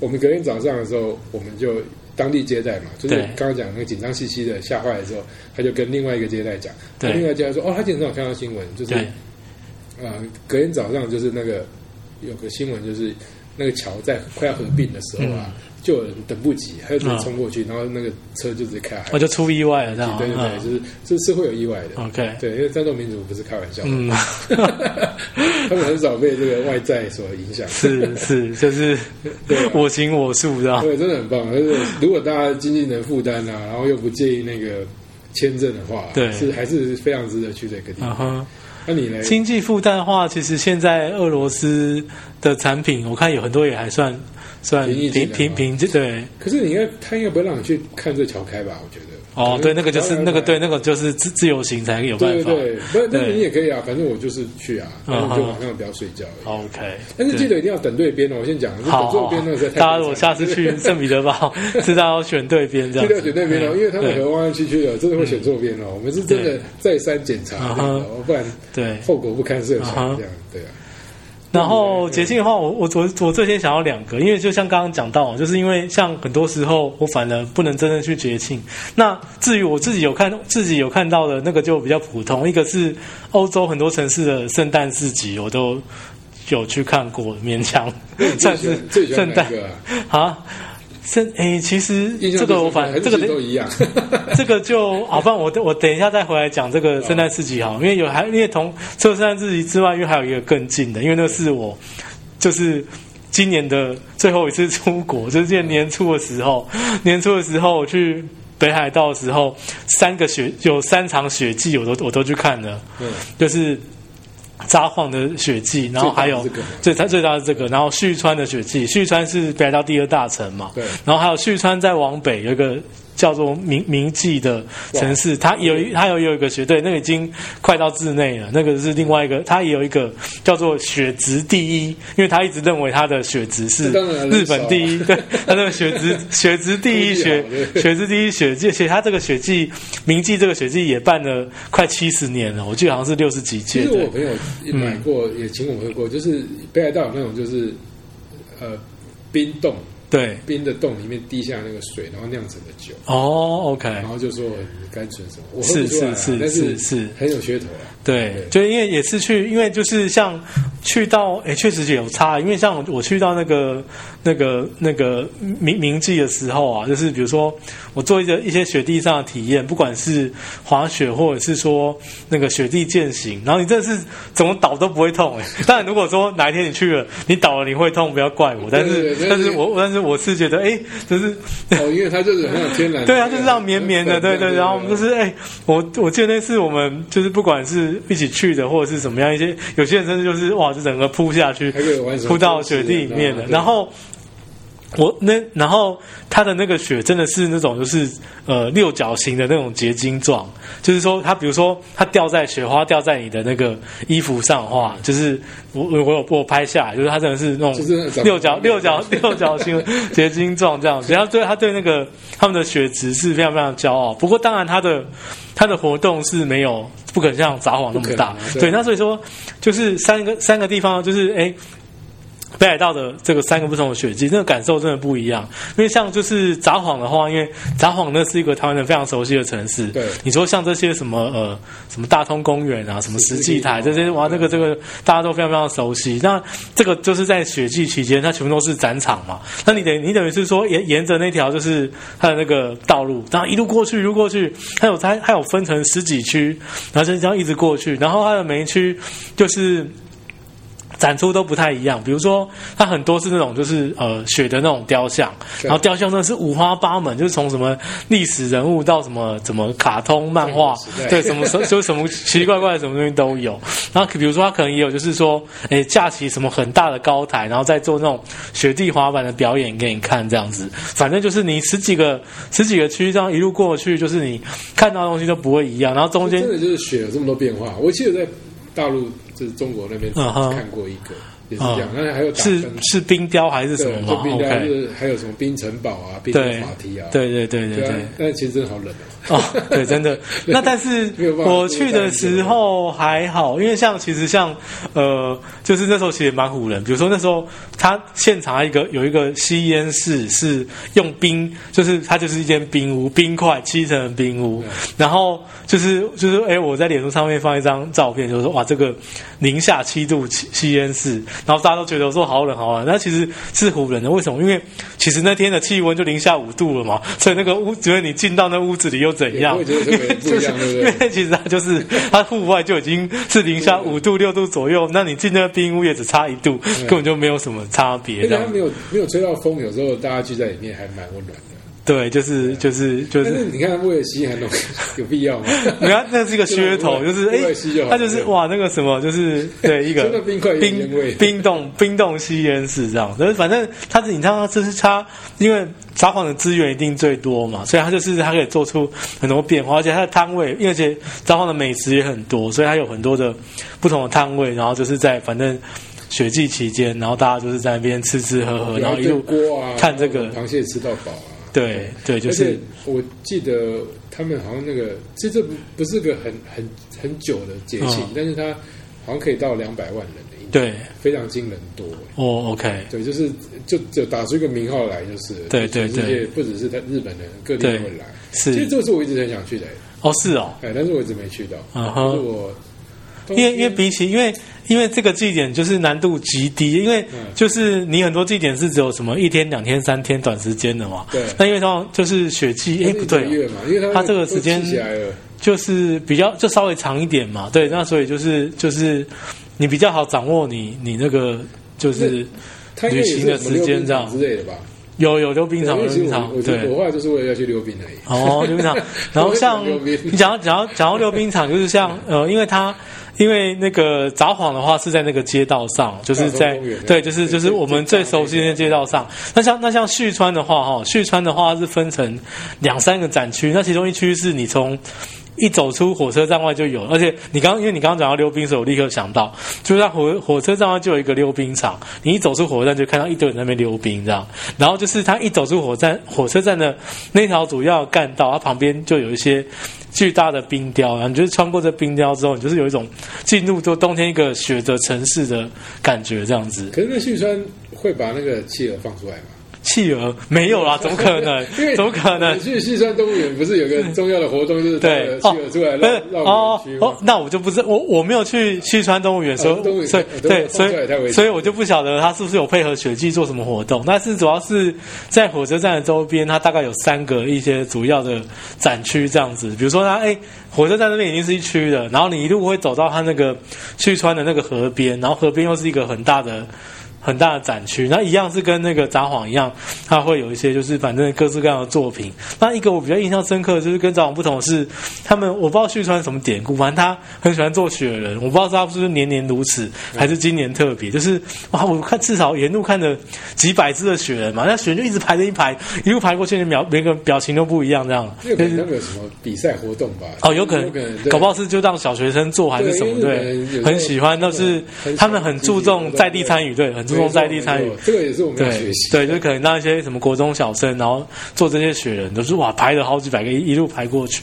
Speaker 1: 我们隔天早上的时候，我们就当地接待嘛，就是
Speaker 2: 对
Speaker 1: 刚刚讲那个紧张兮兮的吓坏的时候，他就跟另外一个接待讲，
Speaker 2: 对
Speaker 1: 另外一个接待说，哦，他今天早上有看到新闻，就是
Speaker 2: 对，
Speaker 1: 呃，隔天早上就是那个有个新闻，就是那个桥在快要合并的时候啊，
Speaker 2: 嗯
Speaker 1: 就有人等不及，他就直接冲过去，然后那个车就直接开来
Speaker 2: 我，就出意外了，这样，
Speaker 1: 对对对，
Speaker 2: 嗯
Speaker 1: 就是这是会有意外的。
Speaker 2: ，OK，
Speaker 1: 对，因为战斗民族不是开玩笑的，
Speaker 2: 嗯，
Speaker 1: 他们很少被这个外在所影响。
Speaker 2: 是是，就是
Speaker 1: 对啊
Speaker 2: 我行我素这样，
Speaker 1: 对，真的很棒。而且如果大家经济能负担啊，然后又不介意那个签证的话，
Speaker 2: 对
Speaker 1: 是还是非常值得去的一个地
Speaker 2: 啊
Speaker 1: 方。
Speaker 2: 哈。
Speaker 1: 那你呢？
Speaker 2: 经济负担的话，其实现在俄罗斯的产品，我看有很多也还算算
Speaker 1: 平易近
Speaker 2: 平
Speaker 1: 人
Speaker 2: 平
Speaker 1: 嘛
Speaker 2: 平对
Speaker 1: 可是你应该，他应该不会让你去看这桥开吧？我觉得。
Speaker 2: 哦
Speaker 1: 可能
Speaker 2: 对，那个就是
Speaker 1: 当然
Speaker 2: 那个
Speaker 1: 吧
Speaker 2: 对那个就是自自由行才有办
Speaker 1: 对
Speaker 2: 法。
Speaker 1: 对对，不，那
Speaker 2: 对
Speaker 1: 你也可以啊。反正我就是去啊，然后
Speaker 2: 嗯
Speaker 1: 你就
Speaker 2: 哼
Speaker 1: 晚上不要睡觉而已。
Speaker 2: OK，
Speaker 1: 但是记
Speaker 2: 对
Speaker 1: 得一定要等对边哦。我先讲，等
Speaker 2: 好
Speaker 1: 错
Speaker 2: 好，
Speaker 1: 边那哦个实在太
Speaker 2: 大家
Speaker 1: 悲
Speaker 2: 如果
Speaker 1: 惨
Speaker 2: 下
Speaker 1: 了
Speaker 2: 次去圣彼 得堡，知道要选对边
Speaker 1: 去
Speaker 2: 这样
Speaker 1: 掉
Speaker 2: 子。
Speaker 1: 选对边哦，因为他们
Speaker 2: 对
Speaker 1: 河弯弯曲曲的，真的会选错边哦。我们是真的再
Speaker 2: 对
Speaker 1: 三检查
Speaker 2: 啊
Speaker 1: 这
Speaker 2: 哈
Speaker 1: 个哦，不然
Speaker 2: 对，
Speaker 1: 后果不堪设
Speaker 2: 啊哈
Speaker 1: 想。这样对啊，
Speaker 2: 然后捷径的话，我我我我最先想要两个，因为就像刚刚讲到，就是因为像很多时候我反而不能真正去捷径。那至于我自己有看自己有看到的那个就比较普通，一个是欧洲很多城市的圣诞市集，我都有去看过，勉强
Speaker 1: 最
Speaker 2: 算
Speaker 1: 喜
Speaker 2: 是
Speaker 1: 欢最喜欢
Speaker 2: 圣
Speaker 1: 哪
Speaker 2: 诞
Speaker 1: 一个啊？
Speaker 2: 啊。圣诶，其实
Speaker 1: 印象最
Speaker 2: 这个我
Speaker 1: 深刻
Speaker 2: 反
Speaker 1: 还是
Speaker 2: 这个
Speaker 1: 其实都一 样。
Speaker 2: 这个就好，不然我我等一下再回来讲这个圣诞市集好，因为有还因为同除了圣诞市集之外，因为还有一个更近的，因为那是我就是今年的最后一次出国，就是今年年初的时候，年初的时候我去北海道的时候，三个雪有三场雪季，我都我都去看了，
Speaker 1: 嗯
Speaker 2: 就是。札幌的雪季，然后还有最大最大的是这个，然后旭川的雪季，旭川是北海道第二大城嘛，
Speaker 1: 对
Speaker 2: 然后还有旭川再往北有一个叫做明明记的城市，它有一它有有一个雪对，那个已经快到志内了，那个是另外一个，它也有一个叫做雪值第一，因为他一直认为他的雪值是
Speaker 1: 这当然
Speaker 2: 日本第一，对，他那个雪 值雪值第一
Speaker 1: 故意
Speaker 2: 雪
Speaker 1: 好的
Speaker 2: 雪值第一雪季，而且他这个雪季明记这个雪季也办了快七十年了，我记得好像是六十几
Speaker 1: 其
Speaker 2: 届，
Speaker 1: 实我
Speaker 2: 对，
Speaker 1: 朋友也买过，
Speaker 2: 嗯
Speaker 1: 也请我喝过，就是北海道有那种就是呃冰冻
Speaker 2: 对，
Speaker 1: 冰的洞里面滴下那个水，然后酿成的酒，
Speaker 2: 哦，OK，
Speaker 1: 然后就说你甘醇什么，我喝
Speaker 2: 是
Speaker 1: 不出来、啊，
Speaker 2: 是是
Speaker 1: 但是
Speaker 2: 是是
Speaker 1: 很有噱头啊。
Speaker 2: 对，就因为也是去，因为就是像去到，哎，确实有差。因为像我我去到那个那个那个名名记的时候啊，就是比如说我做一个一些雪地上的体验，不管是滑雪或者是说那个雪地健行，然后你真的是怎么倒都不会痛哎、诶 当然，如果说哪一天你去了，你倒了你会痛，不要怪我。但
Speaker 1: 对
Speaker 2: 是
Speaker 1: 对对
Speaker 2: 但是我但是我是觉得，哎，就是
Speaker 1: 哦，因为它就是很有天然的那个粉，
Speaker 2: 对啊，就是这样绵绵的，对对。然后我们就是是哎、我我记得那次我们就是不管是一起去的，或者是怎么样，一些有些人真的就是哇，就整个扑下去
Speaker 1: 还可以玩什，么啊
Speaker 2: 扑到雪地里面的。
Speaker 1: 对
Speaker 2: 然后我那然后它的那个雪真的是那种就是呃六角形的那种结晶状，就是说它比如说它掉在雪花掉在你的那个衣服上的话，就是我我我有我有拍下来，就是它真的是那种
Speaker 1: 就是那种长
Speaker 2: 六角
Speaker 1: 得
Speaker 2: 六角六角形结晶状这样子。然后对他对那个他们的血值是非常非常骄傲。不过当然他的他的活动是没有不可能像札幌那么
Speaker 1: 不
Speaker 2: 大
Speaker 1: 可能啊，对
Speaker 2: 对。那所以说就是三个三个地方就是哎。北海道的这个三个不同的雪季，那个感受真的不一样。因为像就是札幌的话，因为札幌那是一个台湾人非常熟悉的城市。
Speaker 1: 对
Speaker 2: 你说像这些什么呃什么大通公园啊，什么石祭台这些，哇，那个这个大家都非常非常熟悉。那这个就是在雪季期间，它全部都是展场嘛。那你等你等于是说沿沿着那条就是它的那个道路，然后一路过去，一路过去，它有它它有分成十几区，然后就这样一直过去，然后它的每一区就是。展出都不太一样。比如说，它很多是那种就是呃雪的那种雕像，
Speaker 1: 对
Speaker 2: 然后雕像真的是五花八门，就是从什么历史人物到什么怎么卡通漫画
Speaker 1: 这个时，代
Speaker 2: 对什么什就是什么奇奇怪怪的什么东西都有。然后比如说，它可能也有就是说，诶架起什么很大的高台，然后再做那种雪地滑板的表演给你看，这样子。反正就是你十几个十几个区这样一路过去，就是你看到的东西都不会一样。然后中间
Speaker 1: 真的就是雪有这么多变化。我记得在大陆就是中国那边
Speaker 2: 嗯哼
Speaker 1: 看过一个，也是这样，那还有打
Speaker 2: 啊是
Speaker 1: 分
Speaker 2: 是冰雕还是什么
Speaker 1: 对，
Speaker 2: 吗
Speaker 1: 就冰雕就
Speaker 2: ？OK。
Speaker 1: 是还有什么冰城堡啊、冰
Speaker 2: 对
Speaker 1: 城滑梯啊，
Speaker 2: 对对对对
Speaker 1: 对
Speaker 2: 对
Speaker 1: 啊，但其实真的好冷啊。
Speaker 2: 哦，对，真 的。那但是
Speaker 1: 没有办法
Speaker 2: 我去的时候还好，因为像其实像呃，就是那时候其实也蛮唬人。比如说那时候他现场一个有一个吸烟室是用冰，就是它就是一间冰屋，冰块七层的冰屋
Speaker 1: 嗯。
Speaker 2: 然后就是就是哎，我在脸书上面放一张照片，就是说哇，这个零下七度吸吸烟室，然后大家都觉得我说好冷好冷，那其实是唬人的。为什么？因为其实那天的气温就零下五度了嘛，所以那个屋，觉得你进到那屋子里又怎样？
Speaker 1: 也不会觉得特别不一样
Speaker 2: 因为就
Speaker 1: 对
Speaker 2: 是
Speaker 1: 不对
Speaker 2: 因为其实它就是它户外就已经是零下五度六度左右，那你进那个冰屋也只差一度，根本就没有什么差别。
Speaker 1: 而
Speaker 2: 这
Speaker 1: 且它
Speaker 2: 样
Speaker 1: 没有没有吹到风，有时候大家聚在里面还蛮温暖的。
Speaker 2: 对，就是就是就
Speaker 1: 但是
Speaker 2: 是。
Speaker 1: 你看，为了吸寒冬， 有必要吗？
Speaker 2: 你看，那是一个噱头，
Speaker 1: 对
Speaker 2: 就是
Speaker 1: 户外吸就
Speaker 2: 哎，
Speaker 1: 好
Speaker 2: 它就是
Speaker 1: 对
Speaker 2: 哇，那个什么，就是对一 个
Speaker 1: 真的冰块有
Speaker 2: 冰
Speaker 1: 烟味
Speaker 2: 冰冻冰冻吸烟室这样，但是反正它是你看它就是它，因为札幌的资源一定最多嘛，所以它就是它可以做出很多变化，而且它的摊位，而且札幌的美食也很多，所以它有很多的不同的摊位，然后就是在反正雪季期间，然后大家就是在那边吃吃 喝喝，然后一
Speaker 1: 对
Speaker 2: 路
Speaker 1: 锅啊，
Speaker 2: 看这个，
Speaker 1: 螃蟹吃到饱啊。
Speaker 2: 对对，就
Speaker 1: 而
Speaker 2: 是
Speaker 1: 且我记得他们好像那个，其实这不不是个很很很久的节庆，
Speaker 2: 嗯
Speaker 1: 但是它好像可以到两百万人的一年，
Speaker 2: 对
Speaker 1: 非常惊人多。
Speaker 2: 哦，OK，
Speaker 1: 对，就是就就打出一个名号来，就是
Speaker 2: 对对
Speaker 1: 全世界不只是在日本人，各地都会来。
Speaker 2: 是
Speaker 1: 其实这是我一直很想去的，
Speaker 2: 哦是哦，
Speaker 1: 哎，但是我一直没去到。
Speaker 2: 嗯
Speaker 1: 就
Speaker 2: 哼
Speaker 1: 是我嗯
Speaker 2: 因为因为比起因为因为这个祭点就是难度极低，因为
Speaker 1: 嗯
Speaker 2: 就是你很多祭点是只有什么一天、两天、三天短时间的嘛。
Speaker 1: 对
Speaker 2: 那因为它就是雪季，哎、
Speaker 1: 哎
Speaker 2: 不对哦、
Speaker 1: 月嘛，因为它
Speaker 2: 它这个时间
Speaker 1: 都起来了，
Speaker 2: 就是比较就稍微长一点嘛。对，那所以就是就是你比较好掌握你你那个就是
Speaker 1: 它应该也是
Speaker 2: 旅行的时
Speaker 1: 什么溜冰
Speaker 2: 间这样
Speaker 1: 之类的吧。
Speaker 2: 有有溜冰场
Speaker 1: 因
Speaker 2: 溜
Speaker 1: 为其
Speaker 2: 冰
Speaker 1: 实
Speaker 2: 场
Speaker 1: 我我觉得
Speaker 2: 对
Speaker 1: 我。后来就是为了要去溜冰而已。
Speaker 2: 哦，溜冰 场。然后像
Speaker 1: 我也想溜冰嗯
Speaker 2: 你讲到讲到讲到溜冰场，就是像呃，因为它因为那个札幌的话是在那个街道上，就是
Speaker 1: 大
Speaker 2: 在
Speaker 1: 通公园
Speaker 2: 对，
Speaker 1: 对
Speaker 2: 就是
Speaker 1: 对
Speaker 2: 就是
Speaker 1: 对
Speaker 2: 我们最熟悉的街道上。那像那像旭川的话，哈，旭川的话是分成两三个展区，那其中一区是你从。一走出火车站外就有，而且你刚因为你刚刚讲到溜冰，所以我立刻想到，就是在火火车站外就有一个溜冰场，你一走出火车站就看到一堆人在那边溜冰这样，然后就是他一走出火站火车站的那条主要干道，它旁边就有一些巨大的冰雕，然后你就是穿过这冰雕之后，你就是有一种进入就冬天一个雪的城市的感觉这样子。
Speaker 1: 可是那旭川会把那个企鹅放出来吗？
Speaker 2: 企鹅没有啊 啦，怎么可能
Speaker 1: 因为？
Speaker 2: 怎么可能？
Speaker 1: 去西山动物园不是有个重要的活动，就是带
Speaker 2: 对
Speaker 1: 了，企
Speaker 2: 哦
Speaker 1: 鹅出来，
Speaker 2: 不是
Speaker 1: 绕绕
Speaker 2: 哦
Speaker 1: 园区
Speaker 2: 哦
Speaker 1: 吗？，
Speaker 2: 那我就不知我我没有去去川动物园，所
Speaker 1: 哦动物
Speaker 2: 以
Speaker 1: 园
Speaker 2: 所以
Speaker 1: 哦动物
Speaker 2: 对，
Speaker 1: 园
Speaker 2: 所
Speaker 1: 动物园太危
Speaker 2: 以
Speaker 1: 险
Speaker 2: 所以我就不晓得他是不是有配合雪季做什么活动。但是主要是在火车站的周边，它大概有三个一些主要的展区这样子。比如说它，哎，火车站那边已经是一区了，然后你一路会走到它那个去川的那个河边，然后河边又是一个很大的。很大的展区，那一样是跟那个札幌一样，它会有一些就是反正各式各样的作品。那一个我比较印象深刻的就是跟札幌不同的是，他们我不知道旭川什么典故，反正他很喜欢做雪人，我不知道是他是不是年年如此，还是今年特别，就是哇，我看至少沿路看了几百只的雪人嘛，那雪人就一直排成一排，一路排过去，表每个人表情都不一样这样。
Speaker 1: 那个可能他们有什么比赛活动吧？
Speaker 2: 哦，有可能
Speaker 1: 有可能，对
Speaker 2: 搞不好是就当小学生做还是什
Speaker 1: 对因
Speaker 2: 么，
Speaker 1: 为日
Speaker 2: 对
Speaker 1: 本人有时，候
Speaker 2: 很喜欢，都是
Speaker 1: 很
Speaker 2: 他们很注重在地参与，对，很注重在地参与
Speaker 1: 没错，这个也是我们要
Speaker 2: 对
Speaker 1: 学习。
Speaker 2: 对，就是可能让一些什么国中小生，然后做这些雪人，都、是哇排了好几百个一一路排过去。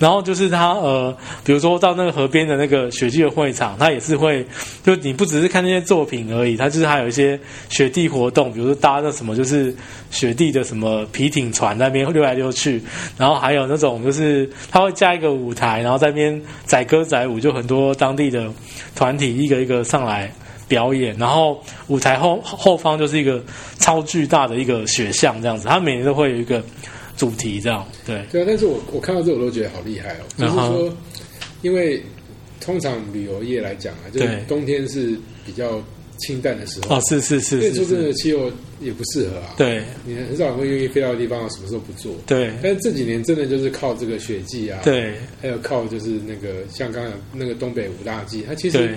Speaker 2: 然后就是他呃，比如说到那个河边的那个雪季的会场，他也是会，就你不只是看那些作品而已，他就是还有一些雪地活动，比如说搭那什么就是雪地的什么皮艇船那边溜来溜去，然后还有那种就是他会加一个舞台，然后在那边载歌载舞，就很多当地的团体一个一个上来。表演，然后舞台后后方就是一个超巨大的一个雪像这样子，它每年都会有一个主题这样，对，
Speaker 1: 对啊，但是我我看到这我都觉得好厉害哦，就
Speaker 2: 然
Speaker 1: 是
Speaker 2: 后
Speaker 1: 说，因为通常旅游业来讲啊，就是
Speaker 2: 对
Speaker 1: 冬天是比较清淡的时候，
Speaker 2: 哦，是是
Speaker 1: 因为
Speaker 2: 是
Speaker 1: 说
Speaker 2: 是
Speaker 1: 真
Speaker 2: 是，
Speaker 1: 的，气候也不适合啊，
Speaker 2: 对
Speaker 1: 你很少会愿意飞到的地方，什么时候不做？
Speaker 2: 对
Speaker 1: 但是这几年真的就是靠这个雪季啊，，
Speaker 2: 对
Speaker 1: 还有靠就是那个像刚才那个东北五大季，它其实
Speaker 2: 对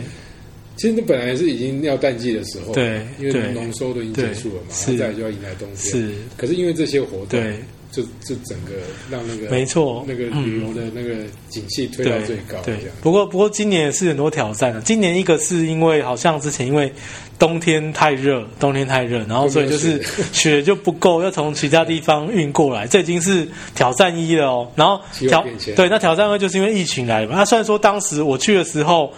Speaker 1: 其实那本来是已经要淡季的时候，，
Speaker 2: 对
Speaker 1: 因为
Speaker 2: 对
Speaker 1: 农收都已经结束了嘛，
Speaker 2: 对
Speaker 1: 然后再来就要迎来冬天，
Speaker 2: 是，
Speaker 1: 可是因为这些活动，
Speaker 2: 对，
Speaker 1: 就就整个让那个
Speaker 2: 没错，
Speaker 1: 那个旅游的那个景气推到
Speaker 2: 对
Speaker 1: 最高，这
Speaker 2: 对
Speaker 1: 样，
Speaker 2: 不过不过今年也是很多挑战的。今年一个是因为好像之前因为冬天太热，冬天太热，然后所以就是
Speaker 1: 冬
Speaker 2: 雪就不够，要从其他地方运过来，这已经是挑战一了哦。然后
Speaker 1: 气候
Speaker 2: 挑
Speaker 1: 变迁
Speaker 2: 对，那挑战二就是因为疫情来了嘛。那虽然说当时我去的时候，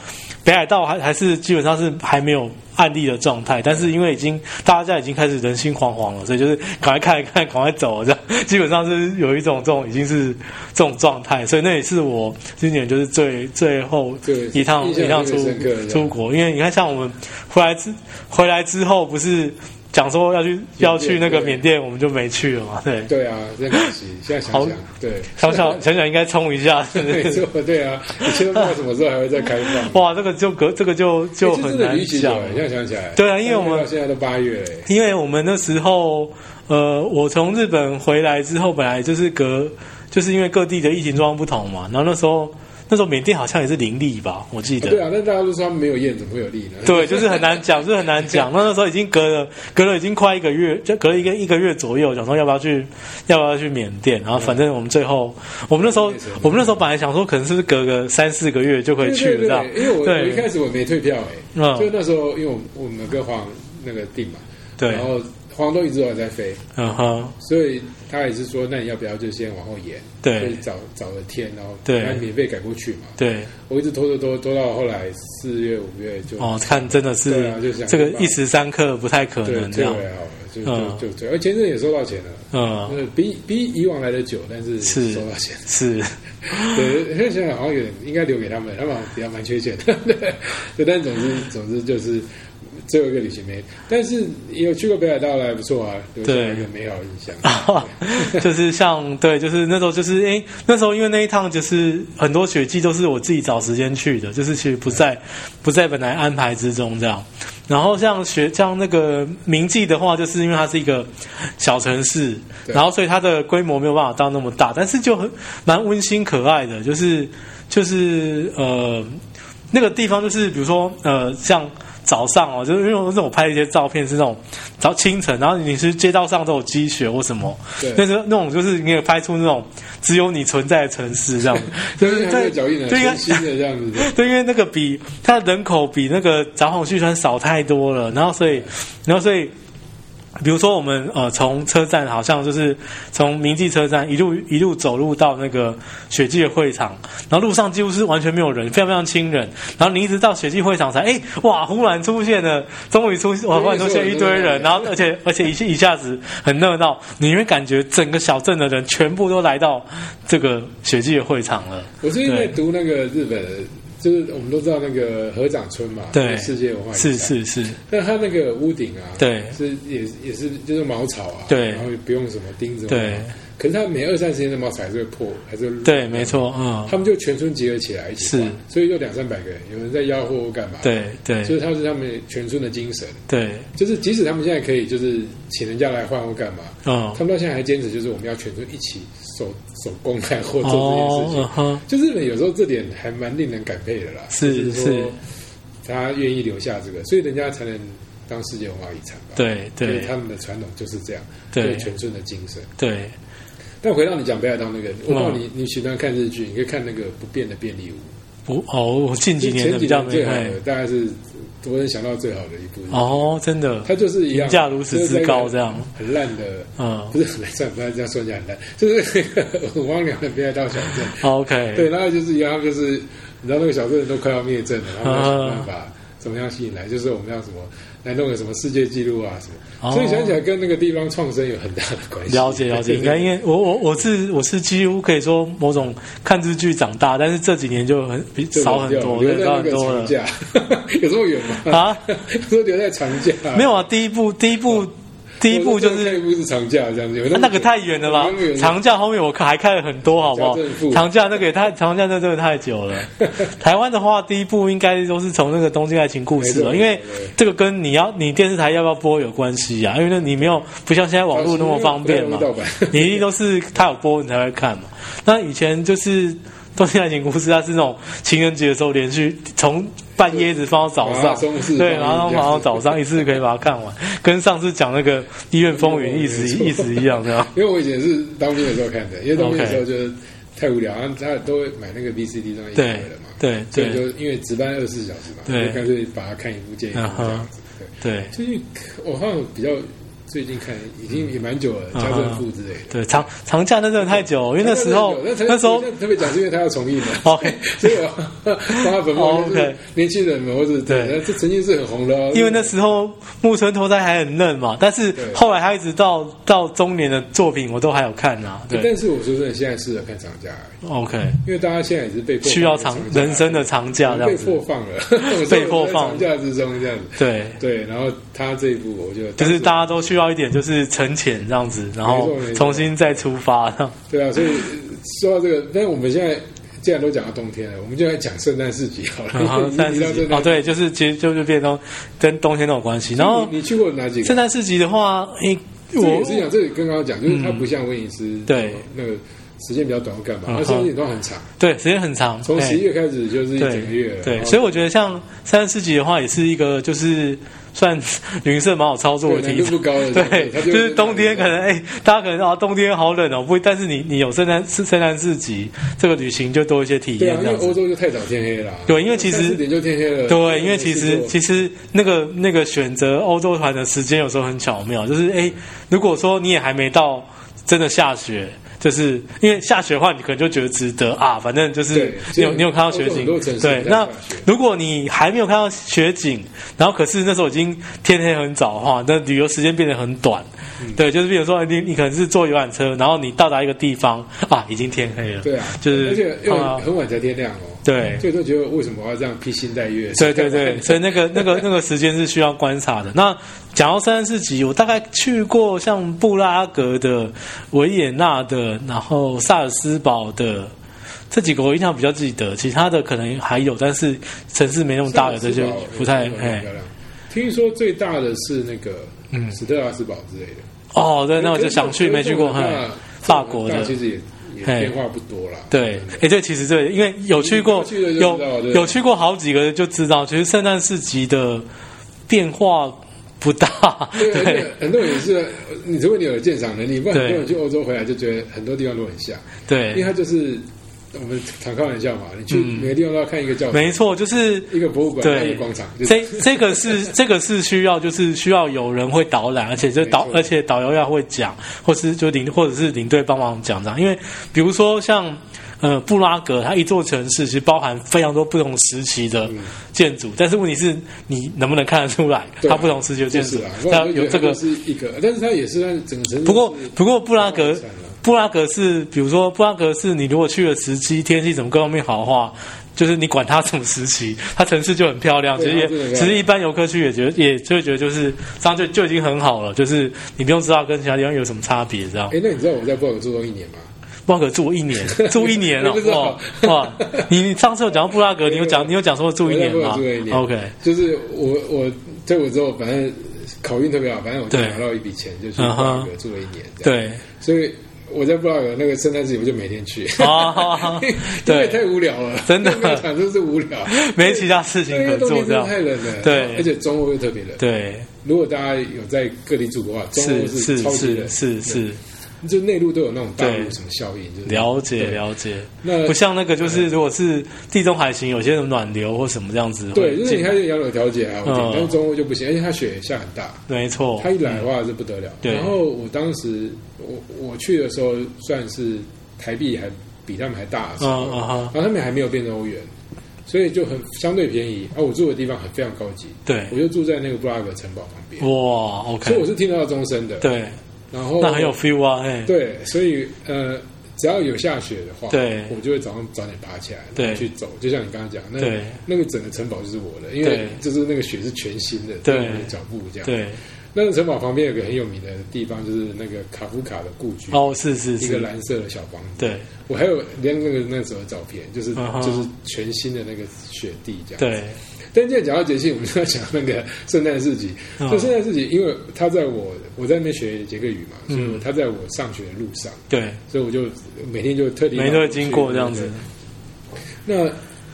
Speaker 2: 北海道还还是基本上是还没有。案例的状态，但是因为已经大家已经开始人心惶惶了，所以就是赶快看一看，赶快走，这样 基本上是有一种这种已经是这种状态，所以那也是我今年就是最最后
Speaker 1: 对
Speaker 2: 一趟
Speaker 1: 印象
Speaker 2: 一趟
Speaker 1: 最
Speaker 2: 出
Speaker 1: 深刻的
Speaker 2: 出国，因为你看，像我们回来之回来之后，不是讲说要去要去那个
Speaker 1: 对
Speaker 2: 缅甸，我们就没去了嘛？对，
Speaker 1: 对啊，真可惜。 现在想
Speaker 2: 好
Speaker 1: 想，对，
Speaker 2: 想想想想应该冲一下。
Speaker 1: 没错， 对啊，你现在不知道什么时候还会再开放。
Speaker 2: 哇，这个就隔这个就 就
Speaker 1: 欸这
Speaker 2: 很
Speaker 1: 真的
Speaker 2: 难
Speaker 1: 离奇
Speaker 2: 讲
Speaker 1: 久，了，现在想起来，
Speaker 2: 对啊因为我们
Speaker 1: 到现在都八月欸了，
Speaker 2: 因为我们那时候，呃，我从日本回来之后，本来就是隔，就是因为各地的疫情状况不同嘛，然后那时候那时候缅甸好像也是零例吧，我记得。
Speaker 1: 对啊，但大家都说他们没有验，怎么会有利呢？
Speaker 2: 对，就是很难讲，就是很难讲。那那时候已经隔了隔了已经快一个月，就隔了一个一个月左右，想说要不要去要不要去缅甸。然后反正我们最后，我们那时候我们那时候本来想说，可能是不是隔个三四个月就可以去
Speaker 1: 对
Speaker 2: 了，这样
Speaker 1: 对对，因为我我一
Speaker 2: 对
Speaker 1: 开始我没退票哎，
Speaker 2: 嗯
Speaker 1: 就那时候因为我我们跟黄那个订嘛，
Speaker 2: 对
Speaker 1: 然，后黄都一直都还在飞，
Speaker 2: 嗯哼，
Speaker 1: 所以他也是说，那你要不要就先往后延？
Speaker 2: 对
Speaker 1: 所以找找了天，然后
Speaker 2: 对
Speaker 1: 反正免费改过去嘛。
Speaker 2: 对，
Speaker 1: 我一直拖拖拖拖到后来四月五月就
Speaker 2: 哦，看真的
Speaker 1: 对
Speaker 2: 是
Speaker 1: 啊就想
Speaker 2: 这个一时三刻不太可
Speaker 1: 对
Speaker 2: 能这
Speaker 1: 退
Speaker 2: 样，
Speaker 1: 回来好了，就
Speaker 2: 嗯
Speaker 1: 就就退，而签证也收到钱了，
Speaker 2: 嗯，
Speaker 1: 呃比比以往来的久，但是
Speaker 2: 是
Speaker 1: 收到钱。
Speaker 2: 是，
Speaker 1: 对，现在想想好像有点应该留给他们，他们好像比较蛮缺钱的。 对，但总之总之就是最后一个旅行没，但是也有去过北海道了，还不错啊，留下
Speaker 2: 对
Speaker 1: 一个美好的印 象。
Speaker 2: 就是像对，就是那时候就是哎、诶那时候因为那一趟就是很多雪季都是我自己找时间去的，就是其实不在不在本来安排之中这样。然后像雪像那个明记的话，就是因为它是一个小城市，
Speaker 1: 对
Speaker 2: 然后所以它的规模没有办法到那么大，但是就很蛮温馨可爱的，就是就是呃那个地方就是比如说呃像。早上哦，就是因为我是我拍了一些照片，是那种早清晨，然后你是街道上都有积雪或什么，
Speaker 1: 对，
Speaker 2: 但是那种就是你也拍出那种只有你存在的城市这样，
Speaker 1: 但是还没有脚印呢，啊
Speaker 2: 对应该
Speaker 1: 全新的这样子。
Speaker 2: 对，因为那个比它的人口比那个札幌旭川少太多了，然后所以，然后所以比如说我们呃从车站好像就是从明记车站一路一路走路到那个雪季的会场，然后路上几乎是完全没有人，非常非常亲人。然后你一直到雪季会场才哎哇，忽然出现了，终于出哇忽然出现一堆人，然后而且而且一一下子很热闹，你会感觉整个小镇的人全部都来到这个雪季的会场了。
Speaker 1: 我最近在读那个日本的，就是我们都知道那个合掌村嘛，
Speaker 2: 对
Speaker 1: 世界文化遗产
Speaker 2: 是，是是，
Speaker 1: 但它那个屋顶啊，
Speaker 2: 对
Speaker 1: 是也也是就是茅草啊，
Speaker 2: 对
Speaker 1: 然后也不用什么钉子，
Speaker 2: 对，
Speaker 1: 可是它每二三十年的茅草还是会破，还是会
Speaker 2: 对，没，错，嗯，
Speaker 1: 他们就全村集合起来一起
Speaker 2: 是
Speaker 1: 画，所以就两三百个人，有人在吆喝或干嘛，，
Speaker 2: 对对
Speaker 1: 所以他是他们全村的精神，
Speaker 2: 对，
Speaker 1: 就是即使他们现在可以就是请人家来换或干嘛，
Speaker 2: 嗯，
Speaker 1: 他们到现在还坚持就是我们要全村一起手手工来或做这件事
Speaker 2: 哦，
Speaker 1: 情
Speaker 2: 嗯，哼。
Speaker 1: 就日本有时候这点还蛮令人感佩的啦，
Speaker 2: 是
Speaker 1: 就是说他愿意留下这个，所以人家才能当世界文化遗产吧。，
Speaker 2: 对
Speaker 1: 因为
Speaker 2: 对
Speaker 1: 他们的传统就是这样，
Speaker 2: 对
Speaker 1: 对全村的精神。
Speaker 2: 对，
Speaker 1: 但回到你讲北海道那个，我告诉
Speaker 2: 嗯
Speaker 1: 你，你喜欢看日剧，你可以看那个《不变的便利屋
Speaker 2: 不哦，我近》，几年
Speaker 1: 前
Speaker 2: 的
Speaker 1: 几
Speaker 2: 比较
Speaker 1: 年
Speaker 2: 没
Speaker 1: 最好
Speaker 2: 看
Speaker 1: 的，大概是我能想到最好的一部日剧。
Speaker 2: 哦，真的，
Speaker 1: 它就是一样，
Speaker 2: 评价如此之高这样，
Speaker 1: 很烂的，
Speaker 2: 嗯
Speaker 1: 不是很烂，算不算这样说起来很烂，就是那个 我忘了北海道小镇，
Speaker 2: ，OK，
Speaker 1: 对，然后就是一样，就是你知道那个小镇都快要灭镇了，然后要想办
Speaker 2: 啊
Speaker 1: 法怎么样吸引来，就是我们要什么来弄个什么世界纪录啊什么，
Speaker 2: 哦
Speaker 1: 所以想起来跟那个地方创生有很大的关系。
Speaker 2: 了解了解，应该因为我我我是我是几乎可以说某种看日剧长大，但是这几年就很比
Speaker 1: 就
Speaker 2: 少很多，
Speaker 1: 留
Speaker 2: 对，
Speaker 1: 在
Speaker 2: 少
Speaker 1: 那
Speaker 2: 很
Speaker 1: 个
Speaker 2: 多
Speaker 1: 长
Speaker 2: 了。
Speaker 1: 假， 有这么远吗？
Speaker 2: 啊，
Speaker 1: 有时候留在长假，
Speaker 2: 没有啊，第一部第一部第一部
Speaker 1: 我
Speaker 2: 就
Speaker 1: 说这
Speaker 2: 是
Speaker 1: 一。部是长假这样子，有
Speaker 2: 啊
Speaker 1: 么
Speaker 2: 那个太远了吧
Speaker 1: 有那么？远
Speaker 2: 长假后面我看还看了很多，好不好
Speaker 1: 长假正负？
Speaker 2: 长假那个也太长假那真的太久 了。台湾的话，第一部应该都是从那个《东京爱情故事》
Speaker 1: 没
Speaker 2: 了，
Speaker 1: 错
Speaker 2: 因为
Speaker 1: 没错
Speaker 2: 这个跟你要你电视台要不要播有关系呀、啊，因为那你没有不像现在网络那么方 便嘛
Speaker 1: 不太容易盗版，
Speaker 2: 你一定都是他有播你才会看嘛。那以前就是《东京爱情故事》，它是那种情人节的时候连续从半夜子放到早
Speaker 1: 马拉
Speaker 2: 上
Speaker 1: 松式，放
Speaker 2: 对，
Speaker 1: 映
Speaker 2: 然后
Speaker 1: 这样
Speaker 2: 放到早上一次可以把它看完，跟上次讲那个《医院风云》 意思意思一样，这样。
Speaker 1: 因为我以前是当兵的时候看的，因为当兵的时候就是太无聊，然后他都会买那个 VCD 上一回
Speaker 2: 对
Speaker 1: 了嘛，
Speaker 2: 对
Speaker 1: 所以
Speaker 2: 对
Speaker 1: 就因为值班二十四小时嘛，
Speaker 2: 对
Speaker 1: 就干脆把它看一部接一部
Speaker 2: 嗯哼
Speaker 1: 这样子。对，
Speaker 2: 对
Speaker 1: 最近我好像比较最近看已经也蛮久了，
Speaker 2: 嗯
Speaker 1: 家政妇之类的。
Speaker 2: 对，长长假那真的太久，因为那时候
Speaker 1: 那
Speaker 2: 那时候哦
Speaker 1: 特别讲是因为他要重映嘛
Speaker 2: OK
Speaker 1: 所以我要帮他本
Speaker 2: 哦
Speaker 1: 末就是
Speaker 2: OK
Speaker 1: 年轻人们或者
Speaker 2: 对
Speaker 1: 这曾经是很红的哦，
Speaker 2: 因为那时候木村拓哉还很嫩嘛，但是
Speaker 1: 对
Speaker 2: 后来他一直到到中年的作品，我都还有看啊。对
Speaker 1: 但是我说真的，现在适合看长假，
Speaker 2: ，OK，
Speaker 1: 因为大家现在也是被迫
Speaker 2: 需要
Speaker 1: 放
Speaker 2: 长
Speaker 1: 假
Speaker 2: 人生的长假这
Speaker 1: 被
Speaker 2: 样子
Speaker 1: 迫。放了， 我
Speaker 2: 被迫放
Speaker 1: 我在长假之中这样子。
Speaker 2: 对，
Speaker 1: 对，然后他这一部我就
Speaker 2: 就是大家都需要一点就是沉潜这样子，然后
Speaker 1: 没错没错
Speaker 2: 重新再出发这样。
Speaker 1: 对啊，所以呃说到这个，但是我们现在既然都讲到冬天了，我们就来讲圣诞市集 好了。
Speaker 2: 然后
Speaker 1: 你
Speaker 2: 但
Speaker 1: 你
Speaker 2: 是
Speaker 1: 知道圣诞
Speaker 2: 哦，对，就是其实就是变冬跟冬天都有关系。然后
Speaker 1: 你你去过哪几个？
Speaker 2: 圣诞市集的话，诶，
Speaker 1: 这个
Speaker 2: 我嗯
Speaker 1: 也是讲，这个跟刚刚讲，就是它不像威尼斯，
Speaker 2: 对
Speaker 1: 那个时间比较短，或干嘛？
Speaker 2: 嗯
Speaker 1: 它圣诞节都很长，
Speaker 2: 对时间很长，
Speaker 1: 从
Speaker 2: 诶
Speaker 1: 十一月开始就是一整个月
Speaker 2: 对
Speaker 1: 了。
Speaker 2: 对，
Speaker 1: 然后
Speaker 2: 所以我觉得像三十四集的话，也是一个就是算 云社蛮好操作的
Speaker 1: 对
Speaker 2: 题
Speaker 1: 难度
Speaker 2: 材
Speaker 1: 不高的，对
Speaker 2: 对，
Speaker 1: 它就
Speaker 2: 就是是冬天可能哎，大家可能啊冬天好冷哦，不，但是你你有圣诞圣诞市集，这个旅行就多一些体
Speaker 1: 对
Speaker 2: 验
Speaker 1: 啊，因
Speaker 2: 这
Speaker 1: 为
Speaker 2: 样
Speaker 1: 欧
Speaker 2: 子。
Speaker 1: 洲就太早天黑了啊。
Speaker 2: 对因为其实
Speaker 1: 四点就天黑了。
Speaker 2: 对，因为其实
Speaker 1: 我
Speaker 2: 其实那个那个选择欧洲团的时间有时候很巧妙，就是哎，如果说你也还没到真的下雪。就是因为下雪的话，你可能就觉得值得啊，反正就是
Speaker 1: 对
Speaker 2: 你有
Speaker 1: 所以
Speaker 2: 你有看到雪
Speaker 1: 欧洲
Speaker 2: 景
Speaker 1: 很多城市，
Speaker 2: 对。
Speaker 1: 在
Speaker 2: 那
Speaker 1: 下雪
Speaker 2: 如果你还没有看到雪景，然后可是那时候已经天黑很早的话，那旅游时间变得很短。
Speaker 1: 嗯
Speaker 2: 对，就是比如说你你可能是坐游览车，然后你到达一个地方啊，已经天黑了。
Speaker 1: 对啊，
Speaker 2: 就是
Speaker 1: 而且又
Speaker 2: 啊
Speaker 1: 很很晚才天亮哦。
Speaker 2: 对
Speaker 1: 所以都觉得为什么我要这样披星戴月？
Speaker 2: 对 对对，所以那个那个那个时间是需要观察的。那讲到三四集，我大概去过像布拉格的、维也纳的，然后萨尔斯堡的。这几个我印象比较记得，其他的可能还有，但是城市没那么大了，这就不太
Speaker 1: 很
Speaker 2: 哎
Speaker 1: 漂亮。听说最大的是那个史特拉斯堡之类的，哎
Speaker 2: 哦，对，那我就想去，没去过，
Speaker 1: 可
Speaker 2: 嘿
Speaker 1: 是这种大
Speaker 2: 法国
Speaker 1: 这种
Speaker 2: 的
Speaker 1: 大，其实也也
Speaker 2: 嘿
Speaker 1: 变化不多啦。
Speaker 2: 对，哎，对，其实对，因为有去过
Speaker 1: 你有去了就，知道
Speaker 2: 有
Speaker 1: 对
Speaker 2: 有去过好几个就知道，其实圣诞市集的变化不大，
Speaker 1: 对，而
Speaker 2: 对
Speaker 1: 且很多人也是，你如果你有鉴赏能力，不然
Speaker 2: 对
Speaker 1: 很多人去欧洲回来就觉得很多地方都很像，因为
Speaker 2: 对嗯
Speaker 1: 它就是我们常开玩笑嘛，你去每个地方都要看一个教堂，
Speaker 2: 没错，就是
Speaker 1: 一个博物馆，一
Speaker 2: 对
Speaker 1: 个广场，就是
Speaker 2: 这这个是 这个是需要就是需要有人会导览，而且就导
Speaker 1: 没错
Speaker 2: 而且导游要会讲，或是就领或者是领队帮忙讲这样。因为比如说像呃布拉格，它一座城市其实包含非常多不同时期的
Speaker 1: 嗯
Speaker 2: 建筑，但是问题是你能不能看得出来
Speaker 1: 对
Speaker 2: 它不同时期的建
Speaker 1: 就是
Speaker 2: 筑
Speaker 1: 啊，，
Speaker 2: 它
Speaker 1: 我觉
Speaker 2: 有
Speaker 1: 得
Speaker 2: 这个
Speaker 1: 是一个，但是它也是让整个城市
Speaker 2: 不过不过布拉格
Speaker 1: 是蛮完善的
Speaker 2: 布拉格是，比如说布拉格是你如果去了时机、天气什么各方面好的话，就是你管它什么时期， 它城市就很漂亮。其
Speaker 1: 对
Speaker 2: 实
Speaker 1: 它真的
Speaker 2: 也
Speaker 1: 很漂亮
Speaker 2: 其实一般游客去也觉得也就会觉得就是这样就就已经很好了，就是你不用知道跟其他地方有什么差别这样。
Speaker 1: 哎，那你知道我在布拉格住过一年吗？
Speaker 2: 布拉格住 一年，住一年哦
Speaker 1: 我不知道，
Speaker 2: 哇哇！你你上次有讲到布拉格，你有讲你有讲说住一年
Speaker 1: 我在
Speaker 2: 吗
Speaker 1: 布拉格住了一年
Speaker 2: ？OK，
Speaker 1: 就是我我退伍之后，反正考运特别好，反正我就
Speaker 2: 对嗯
Speaker 1: 拿到一笔钱，就去布拉格住了一年。这样，
Speaker 2: 对
Speaker 1: 所以我在布拉格那个圣诞节我就每天 去，，
Speaker 2: 啊
Speaker 1: 因为
Speaker 2: 对，
Speaker 1: 太无聊了，
Speaker 2: 真的
Speaker 1: 那个场真是无 聊。
Speaker 2: 没其他事情
Speaker 1: 因为
Speaker 2: 可
Speaker 1: 冬
Speaker 2: 做
Speaker 1: 天
Speaker 2: 这
Speaker 1: 真的
Speaker 2: 样，
Speaker 1: 太冷了，
Speaker 2: 对
Speaker 1: 而且中午又特别冷。
Speaker 2: 对，
Speaker 1: 如果大家有在各地住过的话，中
Speaker 2: 是
Speaker 1: 午
Speaker 2: 是
Speaker 1: 超级冷
Speaker 2: 是，是是。
Speaker 1: 对，就内陆都有那种大
Speaker 2: 对
Speaker 1: 陆什么效应，就是
Speaker 2: 了解
Speaker 1: 对
Speaker 2: 了解，
Speaker 1: 那
Speaker 2: 不像那个就是如果是地中海型，有些人暖流或什么这样子会进，
Speaker 1: 对，就是你还是养老调节啊，我觉得
Speaker 2: 嗯
Speaker 1: 但是中午就不行，而且它雪下很大，
Speaker 2: 没错，
Speaker 1: 它一来的话是不得了。
Speaker 2: 对
Speaker 1: 然后我当时我我去的时候算是台币还比他们还大的时候，
Speaker 2: 嗯嗯哼
Speaker 1: 然后他们还没有变成欧元，所以就很相对便宜。啊，我住的地方很非常高级，
Speaker 2: 对，
Speaker 1: 我就住在那个布拉格城堡旁边，
Speaker 2: 哇
Speaker 1: 所以我
Speaker 2: ，OK，
Speaker 1: 是听得到钟声的。
Speaker 2: 对，
Speaker 1: 然后
Speaker 2: 那很有 feel 啊，哎，
Speaker 1: 对，所以呃，只要有下雪的话，
Speaker 2: 对
Speaker 1: 我就会早上早点爬起来，
Speaker 2: 对
Speaker 1: 然后去走。就像你刚刚讲，那
Speaker 2: 对
Speaker 1: 那个整个城堡就是我的，因
Speaker 2: 对
Speaker 1: 为就是那个雪是全新的，
Speaker 2: 对
Speaker 1: 在你的脚步这样。，
Speaker 2: 对，
Speaker 1: 那个城堡旁边有个很有名的地方，就是那个卡夫卡的故居，
Speaker 2: 哦，是是
Speaker 1: 一个
Speaker 2: 是，
Speaker 1: 蓝色的小房子。
Speaker 2: 对
Speaker 1: 我还有连那个那时候的照片，就是、
Speaker 2: 嗯哼
Speaker 1: 就是全新的那个雪地这样。。
Speaker 2: 对，
Speaker 1: 但现在讲到节气，我们就要讲那个圣诞市集。
Speaker 2: 嗯
Speaker 1: 就圣诞市集，因为他在我我在那边学捷克语嘛，所以
Speaker 2: 嗯
Speaker 1: 他在我上学的路上。
Speaker 2: 对，
Speaker 1: 所以我就每天就特地
Speaker 2: 每天都会经过这样子，
Speaker 1: 对。那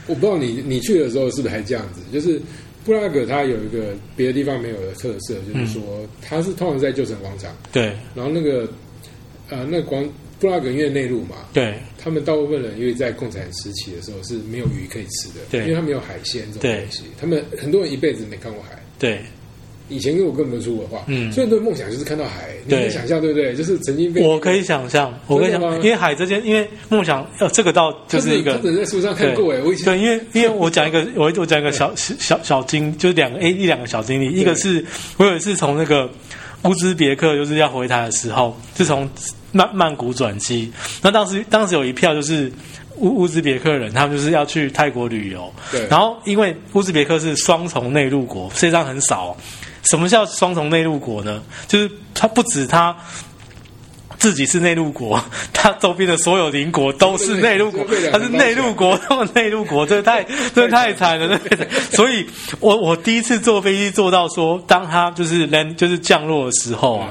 Speaker 1: 我不知道你你去的时候是不是还这样子？就是布拉格它有一个别的地方没有的特色，就是说它是通常在旧城广场，
Speaker 2: 对
Speaker 1: 然后那个呃那广布拉格因为内陆嘛，
Speaker 2: 对
Speaker 1: 他们大部分人因为在共产时期的时候是没有鱼可以吃的，
Speaker 2: 对
Speaker 1: 因为他们有海鲜这种
Speaker 2: 对
Speaker 1: 东西，他们很多人一辈子没看过海。
Speaker 2: 对，
Speaker 1: 以前因为我根本没出国的话，
Speaker 2: 嗯
Speaker 1: 所以很多人梦想就是看到海，你
Speaker 2: 对
Speaker 1: 能想象对不对？就是曾经被
Speaker 2: 我可以想象，我可以
Speaker 1: 真
Speaker 2: 想
Speaker 1: 的，吗
Speaker 2: 因为海这件，因为梦想，呃，这个倒就
Speaker 1: 他只
Speaker 2: 是一个
Speaker 1: 他只能在书上看过哎，我以前
Speaker 2: 对，因为因为我讲一个，我我讲一个小小小小经，就是两个 A 一两个小经历，一个是我有一次从那个乌兹别克就是要回台的时候，是从曼曼谷转机，那当时当时有一票就是。乌乌兹别克人，他们就是要去泰国旅游，
Speaker 1: 对
Speaker 2: 然后因为乌兹别克是双重内陆国，世界上很少。什么叫双重内陆国呢？就是它不止它自己是内陆国，它周边的所有邻国都是内陆国
Speaker 1: 对对，对
Speaker 2: 它是内陆国，他们内陆国，这太这太惨了，这太惨。所以我我第一次坐飞机坐到说，当它就是 land 就是降落的时候啊，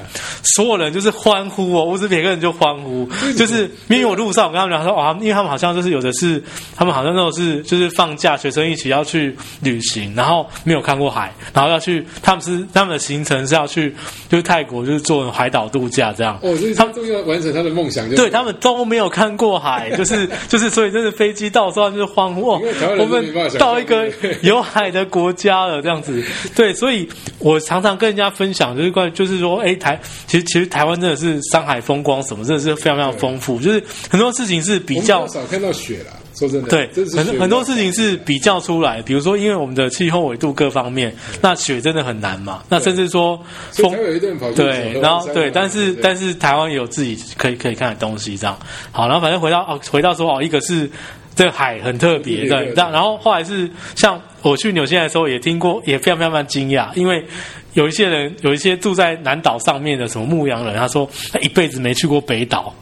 Speaker 2: 所有人就是欢呼哦，乌兹别克人就欢呼，就是因为我路上我跟他们聊说，哇，因为他们好像就是有的是他们好像那种是就是放假学生一起要去旅行，然后没有看过海，然后要去他们是他们的行程是要去就是泰国就是做海岛度假这样，
Speaker 1: 哦，所以他终于要完成他的梦想，就是
Speaker 2: 对他们都没有看 过海，就是就是，所以真的飞机到时候就是欢呼，哦
Speaker 1: 因为台湾
Speaker 2: 我
Speaker 1: 人
Speaker 2: 们
Speaker 1: 没办法想象
Speaker 2: 到一 个
Speaker 1: 对
Speaker 2: 有海的国家了，这样子。对，所以我常常跟人家分享，就是关于就是说，哎，台其实其实台湾真的是山海风光什么，真的是非常非常丰富，就是很多事情是比
Speaker 1: 我们
Speaker 2: 较
Speaker 1: 少看到雪啦。说真的，
Speaker 2: 对
Speaker 1: 真，是
Speaker 2: 很
Speaker 1: 雪
Speaker 2: 很多事情是比较出来，比如说因为我们的气候纬度各方面，那雪真的很难嘛，那甚至说
Speaker 1: 所以
Speaker 2: 风
Speaker 1: 才会有一顿跑去
Speaker 2: 对，然后对，但是但
Speaker 1: 是
Speaker 2: 是台湾也有自己可以可以看的东西，这样好，然后反正回到哦，回到说哦，一个是这个海很特别，
Speaker 1: 对
Speaker 2: 对，
Speaker 1: 对
Speaker 2: 然然后后来是像我去纽西兰的时候也听过，也非常非常非常惊讶，因为有一些人有一些住在南岛上面的什么牧羊人，他说他一辈子没去过北岛，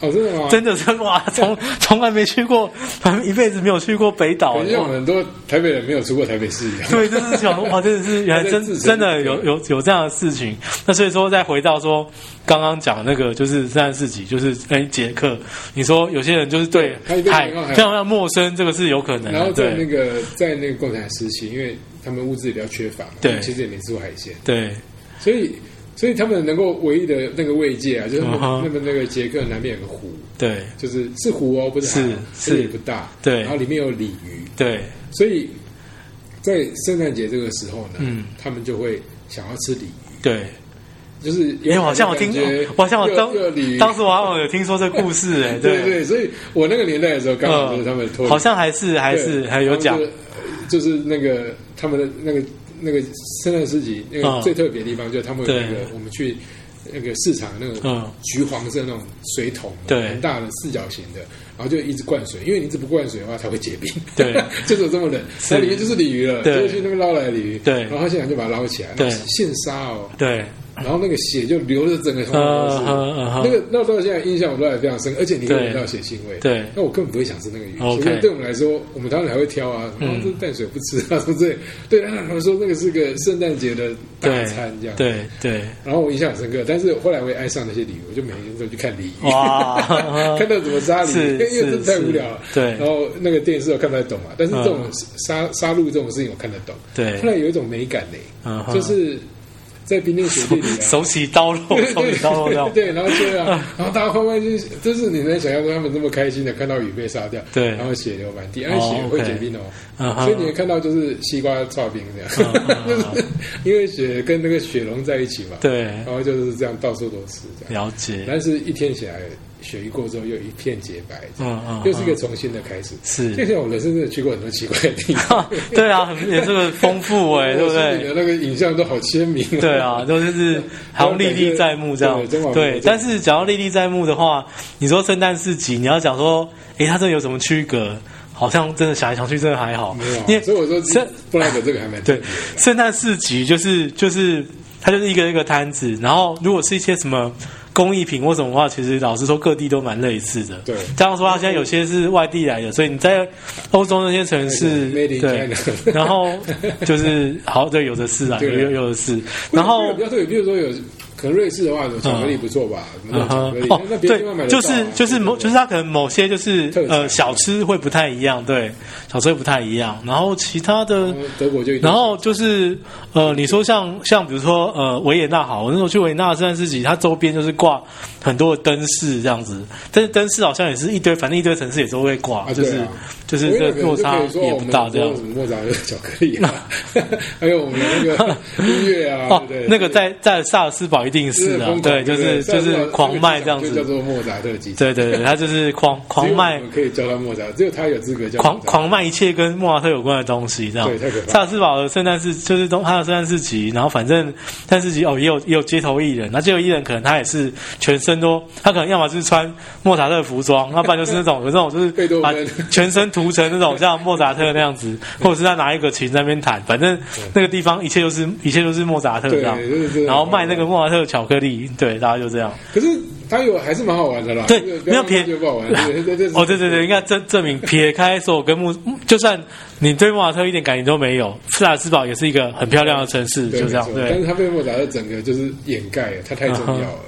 Speaker 1: 哦，真的吗？
Speaker 2: 真的是哇，从 从来没去过， 他们一辈子没有去过北岛，
Speaker 1: 感觉像我
Speaker 2: 哇
Speaker 1: 们很多台北人没有出过台北市一样。
Speaker 2: 对，就是想说哇，真的是原来
Speaker 1: 还
Speaker 2: 真
Speaker 1: 在自成
Speaker 2: 真的有有有这样的事情。那所以说，再回到说刚刚讲那个，就是这件事情，就是哎，杰克，你说有些人就是对
Speaker 1: 他一辈子
Speaker 2: 海
Speaker 1: 没看过海
Speaker 2: 非常非常陌生，这个是有可能
Speaker 1: 然后
Speaker 2: 的，
Speaker 1: 在那
Speaker 2: 对
Speaker 1: 个在那个共产时期，因为他们物资也比较缺乏嘛，
Speaker 2: 对
Speaker 1: 其实也没吃过海鲜，
Speaker 2: 对
Speaker 1: 所以所以他们能够唯一的那个慰藉啊，就是他们
Speaker 2: 嗯哼
Speaker 1: 那么那个捷克南边有个湖，
Speaker 2: 对
Speaker 1: 就是是湖哦，不是海哦
Speaker 2: 是
Speaker 1: 而且
Speaker 2: 是
Speaker 1: 也不大，
Speaker 2: 对
Speaker 1: 然后里面有鲤鱼，
Speaker 2: 对，
Speaker 1: 所以在圣诞节这个时候呢，
Speaker 2: 嗯
Speaker 1: 他们就会想要吃鲤鱼，
Speaker 2: 对，
Speaker 1: 就是
Speaker 2: 因
Speaker 1: 有
Speaker 2: 为好像我听
Speaker 1: 感觉，
Speaker 2: 我好像我
Speaker 1: 又
Speaker 2: 当
Speaker 1: 又有鲤鱼，
Speaker 2: 当时我好像有听说这故事，哎，
Speaker 1: 对对，所以我那个年代的时候，刚好就是他们脱
Speaker 2: 嗯，
Speaker 1: 离
Speaker 2: 好像还是还是还有讲
Speaker 1: 对，就是就是那个他们的那个那个圣诞市集，那个
Speaker 2: 嗯
Speaker 1: 最特别的地方就是他们有那个
Speaker 2: 对
Speaker 1: 我们去那个市场那个
Speaker 2: 嗯
Speaker 1: 橘黄色那种水桶，
Speaker 2: 对
Speaker 1: 很大的四角形的，然后就一直灌水，因为你一直不灌水的话，它会结冰，
Speaker 2: 对，
Speaker 1: 就是有这么冷，
Speaker 2: 是
Speaker 1: 那里面就是鲤鱼了，
Speaker 2: 对
Speaker 1: 就去那边捞来的鲤鱼，
Speaker 2: 对
Speaker 1: 然后他现场就把它捞起来，
Speaker 2: 对
Speaker 1: 然后现杀哦，
Speaker 2: 对，
Speaker 1: 然后那个血就流的整个头发都是
Speaker 2: 嗯哼嗯哼
Speaker 1: 那个那到现在印象我都还非常深，而且你会
Speaker 2: 对
Speaker 1: 闻到血腥味。
Speaker 2: 对
Speaker 1: 那我根本不会想吃那个鱼，
Speaker 2: OK 嗯
Speaker 1: 所以对我们来说，我们当然还会挑啊，然后这淡水不吃啊，什么之类。对，他们说那个是个圣诞节的大
Speaker 2: 对
Speaker 1: 餐这样。。
Speaker 2: 对 对，
Speaker 1: 然后我印象很深刻，但是后来我也爱上那些鲤鱼，我就每天都去看鲤鱼，
Speaker 2: 哇
Speaker 1: 看到怎么杀鲤 鱼，因
Speaker 2: 啊是
Speaker 1: 为真的
Speaker 2: 是
Speaker 1: 太无聊了。
Speaker 2: 是对
Speaker 1: 然后那个电视我看不太懂嘛，但是这种
Speaker 2: 嗯
Speaker 1: 杀杀戮这种事情我看得懂。
Speaker 2: 对
Speaker 1: 后来有一种美感呢、
Speaker 2: 嗯哼
Speaker 1: 就是在冰天雪地里、 啊，
Speaker 2: 手起刀落，手起刀落这样，
Speaker 1: 对，然后对 啊，然后大家欢欢喜喜，就是你能想象中他们这么开心的看到鱼被杀掉，
Speaker 2: 对
Speaker 1: 然后血流满地，而
Speaker 2: 哦
Speaker 1: 血会
Speaker 2: OK
Speaker 1: 结冰哦，
Speaker 2: 嗯
Speaker 1: 所以你能
Speaker 2: 哼，
Speaker 1: 看到就是西瓜刨冰这样
Speaker 2: 嗯 嗯，
Speaker 1: 就是因为血跟那个血溶在一起嘛，，
Speaker 2: 对
Speaker 1: 然，后就是这样到处都是这样，
Speaker 2: 了解，
Speaker 1: 但是一天起来，血一过之后又一片洁白，这样
Speaker 2: 嗯嗯，
Speaker 1: 又是一个
Speaker 2: 嗯
Speaker 1: 重新的开始。就
Speaker 2: 是，
Speaker 1: 像我人生真的去过很多奇怪的地方，
Speaker 2: 对啊，很也是个丰富 哎， 对不
Speaker 1: 我心里
Speaker 2: 对？
Speaker 1: 的那个影像都好鲜明、哦。
Speaker 2: 对啊，都就是好像历历在目这样
Speaker 1: 对真好。
Speaker 2: 对，但是讲到历历在目的话，你说圣诞市集，你要讲说，诶，它这有什么区隔？好像真的想来想去，真的还好
Speaker 1: 没有啊，。
Speaker 2: 因为
Speaker 1: 所以我说
Speaker 2: 圣
Speaker 1: 布拉格这个还蛮特
Speaker 2: 对
Speaker 1: 别的，
Speaker 2: 圣诞市集就是就是它就是一个一个摊子，然后如果是一些什么工艺品或什么的话，其实老实说各地都蛮类似的。
Speaker 1: 对
Speaker 2: 加上说它现在有些是外地来的，所以你在欧洲那些城市，
Speaker 1: 那个 Made in
Speaker 2: 对，
Speaker 1: China
Speaker 2: 然后就是好对，有的是啊，有
Speaker 1: 对啊
Speaker 2: 有有的是，然后
Speaker 1: 比。较特别，比如说有可能瑞士的话，有巧克力不错吧？什么
Speaker 2: 嗯
Speaker 1: 巧
Speaker 2: 哼
Speaker 1: 克力，
Speaker 2: 哦
Speaker 1: 那，别的地方买
Speaker 2: 对，
Speaker 1: 得到
Speaker 2: 就
Speaker 1: 啊
Speaker 2: 是就是某就是它可能某些就是
Speaker 1: 特产
Speaker 2: 呃小吃会不太一样，对，小吃会不太一样，然后其他的、
Speaker 1: 然后德国就一定
Speaker 2: 然后就是呃，你说像像比如说呃维也纳好，我那时候去维也纳圣诞市集，它周边就是挂很多的灯饰这样子，但是灯饰好像也是一堆，反正一堆城市也都会挂，
Speaker 1: 啊
Speaker 2: 就是、
Speaker 1: 对啊
Speaker 2: 就是这个落差
Speaker 1: 我以为可能就可以说
Speaker 2: 也不大这
Speaker 1: 我
Speaker 2: 样
Speaker 1: 们。什么莫扎特巧克力啊， 还有我们那个音乐啊，
Speaker 2: 哦
Speaker 1: 对，
Speaker 2: 那个在在萨尔斯堡一定
Speaker 1: 就是是
Speaker 2: 啊
Speaker 1: 疯，
Speaker 2: 对，
Speaker 1: 狂
Speaker 2: 就是
Speaker 1: 虽
Speaker 2: 就
Speaker 1: 然说
Speaker 2: 是狂卖这样
Speaker 1: 就叫
Speaker 2: 子，
Speaker 1: 做莫扎特机场，
Speaker 2: 对对对，他就是狂
Speaker 1: 只
Speaker 2: 狂
Speaker 1: 有
Speaker 2: 卖
Speaker 1: 我们可以叫他莫扎特，只有他有资格叫
Speaker 2: 狂
Speaker 1: 莫扎特
Speaker 2: 狂卖一切跟莫扎特有关的东西，这样
Speaker 1: 对太可怕了
Speaker 2: 萨尔茨堡的圣诞市就是东他的圣诞市集，然后反正圣诞市集哦也有也有街头艺人，那街头艺人可能他也是全身都，他可能要么就是穿莫扎特服装，要不然就是那种有那 种就
Speaker 1: 贝多
Speaker 2: 是把
Speaker 1: 芬
Speaker 2: 全身涂成那种像莫扎特那样子，或者是他拿一个琴在那边弹，反正那个地方一切都是一切都是莫扎特这样
Speaker 1: 对就是这，样
Speaker 2: 然后卖那个莫扎特巧克力，对，大家就这样。
Speaker 1: 可是他有还是蛮好玩的啦，
Speaker 2: 对
Speaker 1: 这个
Speaker 2: 没有
Speaker 1: 不要说
Speaker 2: 撇
Speaker 1: 就不 好玩，对对对，
Speaker 2: 哦，对对对，应该证证明撇开所有跟穆，就算你对莫扎特一点感情都没有，斯拉斯堡也是一个很漂亮的城市，
Speaker 1: 对
Speaker 2: 就这样
Speaker 1: 没错但
Speaker 2: 对
Speaker 1: 是他被莫扎特整个就是掩盖了，他太重要 了。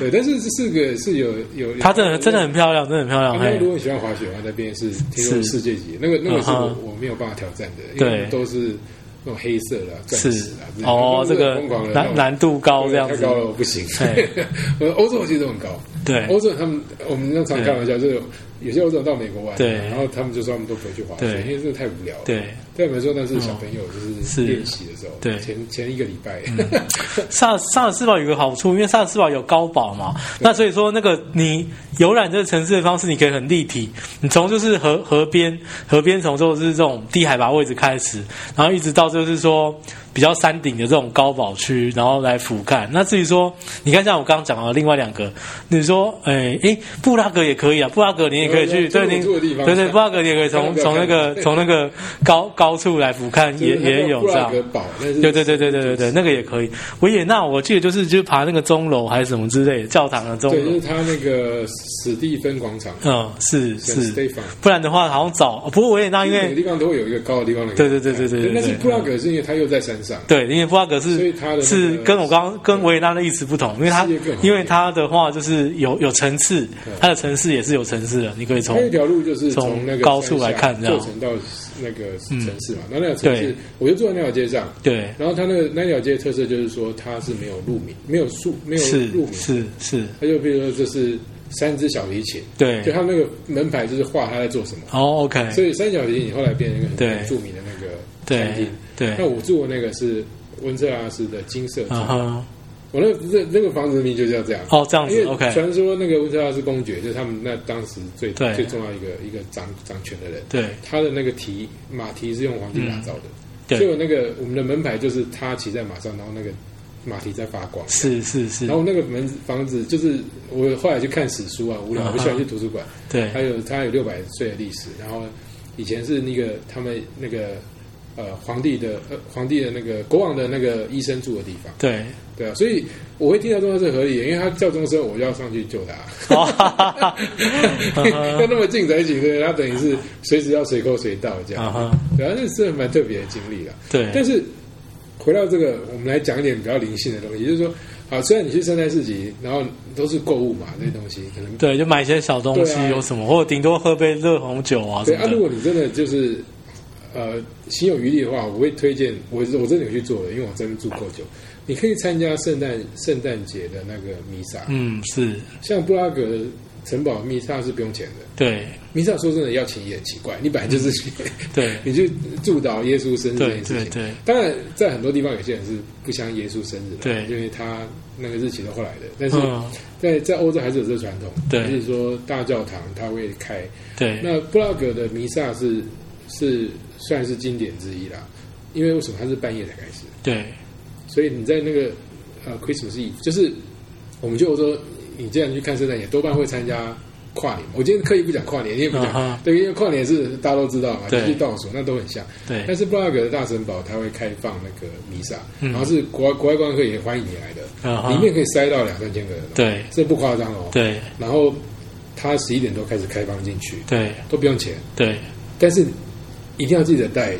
Speaker 1: 对，但是这四个是有有，
Speaker 2: 它真的真的很漂亮，真的很漂亮，
Speaker 1: 那如
Speaker 2: 嘿，
Speaker 1: 果你喜欢滑雪的话，那边是听说
Speaker 2: 是
Speaker 1: 世界级，那个那个是
Speaker 2: 嗯
Speaker 1: 我
Speaker 2: 哼
Speaker 1: 我没有办法挑战的，因
Speaker 2: 对
Speaker 1: 为都是那种黑色的啊钻
Speaker 2: 是
Speaker 1: 石啊之类的，
Speaker 2: 哦，
Speaker 1: 那
Speaker 2: 这
Speaker 1: 种
Speaker 2: 个
Speaker 1: 疯狂的
Speaker 2: 难难度高
Speaker 1: 对
Speaker 2: 这样
Speaker 1: 太高
Speaker 2: 子，
Speaker 1: 了我不行
Speaker 2: 嘿。
Speaker 1: 我欧洲其实都很高，
Speaker 2: 对
Speaker 1: 欧洲人他们我们那常开玩笑，就是有些欧洲人到美国玩，
Speaker 2: 对
Speaker 1: 然后他们就说他们都不会去滑雪，
Speaker 2: 对
Speaker 1: 因为这个太无聊了，
Speaker 2: 对。嗯
Speaker 1: 对我们来说，那是小朋友就是
Speaker 2: 是
Speaker 1: 练习的时候，
Speaker 2: 对嗯
Speaker 1: 前前一个礼拜，
Speaker 2: 萨萨尔斯堡有个好处，因为萨尔斯堡有高堡嘛，那所以说那个你游览这个城市的方式，你可以很立体。你从就是河河边，河边从就是这种低海拔位置开始，然后一直到就是说比较山顶的这种高堡区，然后来俯瞰。那至于说，你看像我刚刚讲的另外两个，你说，哎哎，布拉格也可以啊，布拉格你也可以去，
Speaker 1: 有有
Speaker 2: 对，
Speaker 1: 有
Speaker 2: 你
Speaker 1: 住的地方
Speaker 2: 对对，布拉格你也可以从从那个从那个高高处来俯瞰，也也有
Speaker 1: 布
Speaker 2: 这
Speaker 1: 拉
Speaker 2: 样
Speaker 1: 格。堡，但是
Speaker 2: 对对对对对对对，那个也可以。维也纳，我记得就是就是爬那个钟楼还是什么之类的，教堂的钟
Speaker 1: 对，就
Speaker 2: 楼
Speaker 1: 是。他那个史蒂芬广场，
Speaker 2: 嗯，是
Speaker 1: 史蒂
Speaker 2: 是。
Speaker 1: 芬，
Speaker 2: 不然的话，好像早。哦不过维也纳因
Speaker 1: 每个
Speaker 2: 为
Speaker 1: 地方都会有一个高的地方的，
Speaker 2: 对对对对对对对
Speaker 1: 但是布拉格是因为它又在山上，
Speaker 2: 对，因为布拉格
Speaker 1: 所以
Speaker 2: 是
Speaker 1: 它的那个
Speaker 2: 是跟我刚刚跟维也纳的意思不同，因为它
Speaker 1: 世界更好
Speaker 2: 因为它的话就是有有层次，它的城市也是有层次的，你可以从
Speaker 1: 它一条路就是
Speaker 2: 从
Speaker 1: 从那个
Speaker 2: 高处来看
Speaker 1: 山下
Speaker 2: 这样嗯
Speaker 1: 坐乘到那个城市嘛。那那条城市，我就住在那条街上。
Speaker 2: 对，
Speaker 1: 然后它那个那条街的特色就是说，它是没有路名，没有树，没有
Speaker 2: 是
Speaker 1: 路名。
Speaker 2: 是是，
Speaker 1: 它就比如说，这是三只小提琴，
Speaker 2: 对
Speaker 1: 就，它那个门牌就是画它在做什么。
Speaker 2: 哦，OK，
Speaker 1: 所以三小提琴后来变成一个
Speaker 2: 对
Speaker 1: 很著名的那个餐
Speaker 2: 对
Speaker 1: 厅。那
Speaker 2: 对，
Speaker 1: 我住的那个是温彻拉斯的金色
Speaker 2: 嗯
Speaker 1: 庄，
Speaker 2: 哼，
Speaker 1: 我那那那个房子的名就叫这样。
Speaker 2: 哦，这样
Speaker 1: 因
Speaker 2: 子
Speaker 1: 为
Speaker 2: ，OK，
Speaker 1: 传说那个温彻拉斯公爵就是他们那当时最
Speaker 2: 对
Speaker 1: 最重要一个一个掌掌权的人，
Speaker 2: 对
Speaker 1: 他的那个蹄马蹄是用黄金打造的，所以
Speaker 2: 对，
Speaker 1: 我那个我们的门牌就是他骑在马上，然后那个马蹄在发光。
Speaker 2: 是是是
Speaker 1: 然，后那个门房子就是我后来去看史书啊，无聊，
Speaker 2: 啊哈
Speaker 1: 我喜欢去图书馆。
Speaker 2: 对
Speaker 1: 它有它有六百岁的历史，然后以前是那个他们那个呃皇帝的呃皇帝的那个国王的那个医生住的地方，
Speaker 2: 对，
Speaker 1: 对啊，所以我会听到钟声是合理的，因为他叫钟声，我就要上去 救他，
Speaker 2: 哦，哈哈
Speaker 1: 啊
Speaker 2: 哈，嗯
Speaker 1: 要
Speaker 2: 哼
Speaker 1: 那么近在一起，对，他等于是随时要随扣随到这
Speaker 2: 嗯
Speaker 1: 样，
Speaker 2: 哼，
Speaker 1: 对啊，那是蛮特别的经历啊啦。但
Speaker 2: 对，
Speaker 1: 是回到这个，我们来讲一点比较灵性的东西，就是说，啊，虽然你去生态市集，然后都是购物嘛，这些东西可能
Speaker 2: 对，就买一些小东西
Speaker 1: 对啊
Speaker 2: 有什么，或者顶多喝杯热红酒啊什
Speaker 1: 对啊，如果
Speaker 2: 么的，
Speaker 1: 你真的就是呃心有余力的话，我会推荐我我真的有去做的，因为我真的住够久。你可以参加圣诞圣诞节的那个弥撒，
Speaker 2: 嗯，是，
Speaker 1: 像布拉格城堡弥撒是不用钱的。
Speaker 2: 对
Speaker 1: 弥撒说真的要钱也很奇怪，你本来就是去、
Speaker 2: 对
Speaker 1: 你去祝祷耶稣生日这
Speaker 2: 对
Speaker 1: 件事
Speaker 2: 嗯对
Speaker 1: 情。
Speaker 2: 对
Speaker 1: 当然，在很多地方有些人是不相信耶稣生日的，
Speaker 2: 对
Speaker 1: 因为他那个日期都后来的。但是
Speaker 2: 嗯，
Speaker 1: 在在欧洲还是有这个传统，
Speaker 2: 对
Speaker 1: 就是说大教堂它会开
Speaker 2: 对
Speaker 1: 那布拉格的弥撒是是算是经典之一啦，因为为什么它是半夜才开始？
Speaker 2: 对
Speaker 1: 所以你在那个呃 Christmas Eve，就是我们就说你既然去看圣诞节，多半会参加跨年。我今天刻意不讲跨年，因为不讲
Speaker 2: 嗯哼
Speaker 1: 对，因为跨年是大家都知道嘛，就
Speaker 2: 对
Speaker 1: 是倒数，那都很像。但
Speaker 2: 对，
Speaker 1: 是布拉格的大城堡它会开放那个弥撒，
Speaker 2: 嗯
Speaker 1: 然后是国外国外观光客也欢迎你来的，
Speaker 2: 嗯
Speaker 1: 里
Speaker 2: 哼，
Speaker 1: 面可以塞到两三千个人、哦，
Speaker 2: 对
Speaker 1: 这不夸张哦。
Speaker 2: 对
Speaker 1: 然后它十一点多开始开放进去，
Speaker 2: 对
Speaker 1: 都不用钱。
Speaker 2: 对，
Speaker 1: 但是一定要记得带，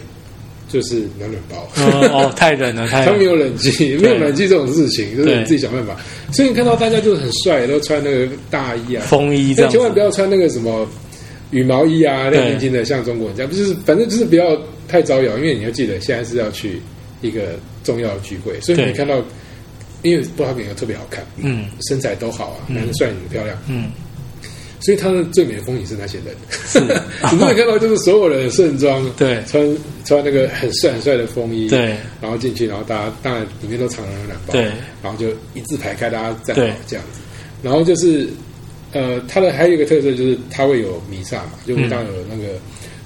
Speaker 1: 就是暖暖包。
Speaker 2: 嗯 哦，太冷了，太
Speaker 1: 它没
Speaker 2: 冷了，
Speaker 1: 有冷气，没有冷气这种事情，就是
Speaker 2: 对
Speaker 1: 你自己想办法。所以你看到大家就是很帅，都穿那个大衣啊，
Speaker 2: 风衣
Speaker 1: 但
Speaker 2: 这样
Speaker 1: 千万不
Speaker 2: 子，
Speaker 1: 要穿那个什么羽毛衣啊、亮晶晶的，像中国人这样，就是反正就是不要太招摇，因为你要记得现在是要去一个重要的聚会，所以你
Speaker 2: 对
Speaker 1: 看到，因为布拉格人特别好看，
Speaker 2: 嗯
Speaker 1: 身材都好啊，男的帅，女的漂亮，
Speaker 2: 嗯，
Speaker 1: 所以他的最美的风景是那些人，
Speaker 2: 是
Speaker 1: 你真的看到就是所有人的盛装，
Speaker 2: 对
Speaker 1: 穿穿那个很帅很帅的风衣，，
Speaker 2: 对
Speaker 1: 然后进去，然后大家当然里面都藏了两包，
Speaker 2: 对，
Speaker 1: 然后就一字排开，大家站
Speaker 2: 对
Speaker 1: 好这样子，然后就是呃，它的还有一个特色就是它会有弥撒嘛，就
Speaker 2: 嗯
Speaker 1: 当然有那个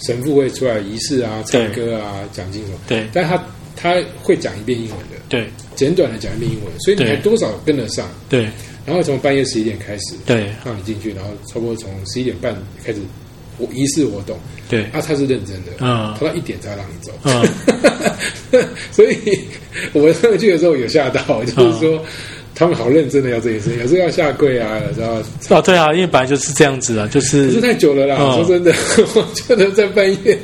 Speaker 1: 神父会出来仪式啊、唱
Speaker 2: 对
Speaker 1: 歌啊、讲经什么，
Speaker 2: 对
Speaker 1: 但他他会讲一遍英文的，
Speaker 2: 对
Speaker 1: 简短的讲一遍英文，所以你
Speaker 2: 对
Speaker 1: 还多少跟得上，
Speaker 2: 对
Speaker 1: 然后从半夜十一点开始，
Speaker 2: 对
Speaker 1: 让你进去，然后差不多从十一点半开始活仪式活动，
Speaker 2: 对，
Speaker 1: 啊，他是认真的，
Speaker 2: 嗯
Speaker 1: 他到一点才让你走。
Speaker 2: 嗯
Speaker 1: 所以我上去的时候有吓到，就是
Speaker 2: 嗯
Speaker 1: 说他们好认真的要这件事情，有时候要下跪啊，有时候要
Speaker 2: 哦，对啊，因为本来就是这样子啊，就
Speaker 1: 可是
Speaker 2: 是
Speaker 1: 太久了啦。
Speaker 2: 嗯
Speaker 1: 说真的， 我觉得在半 夜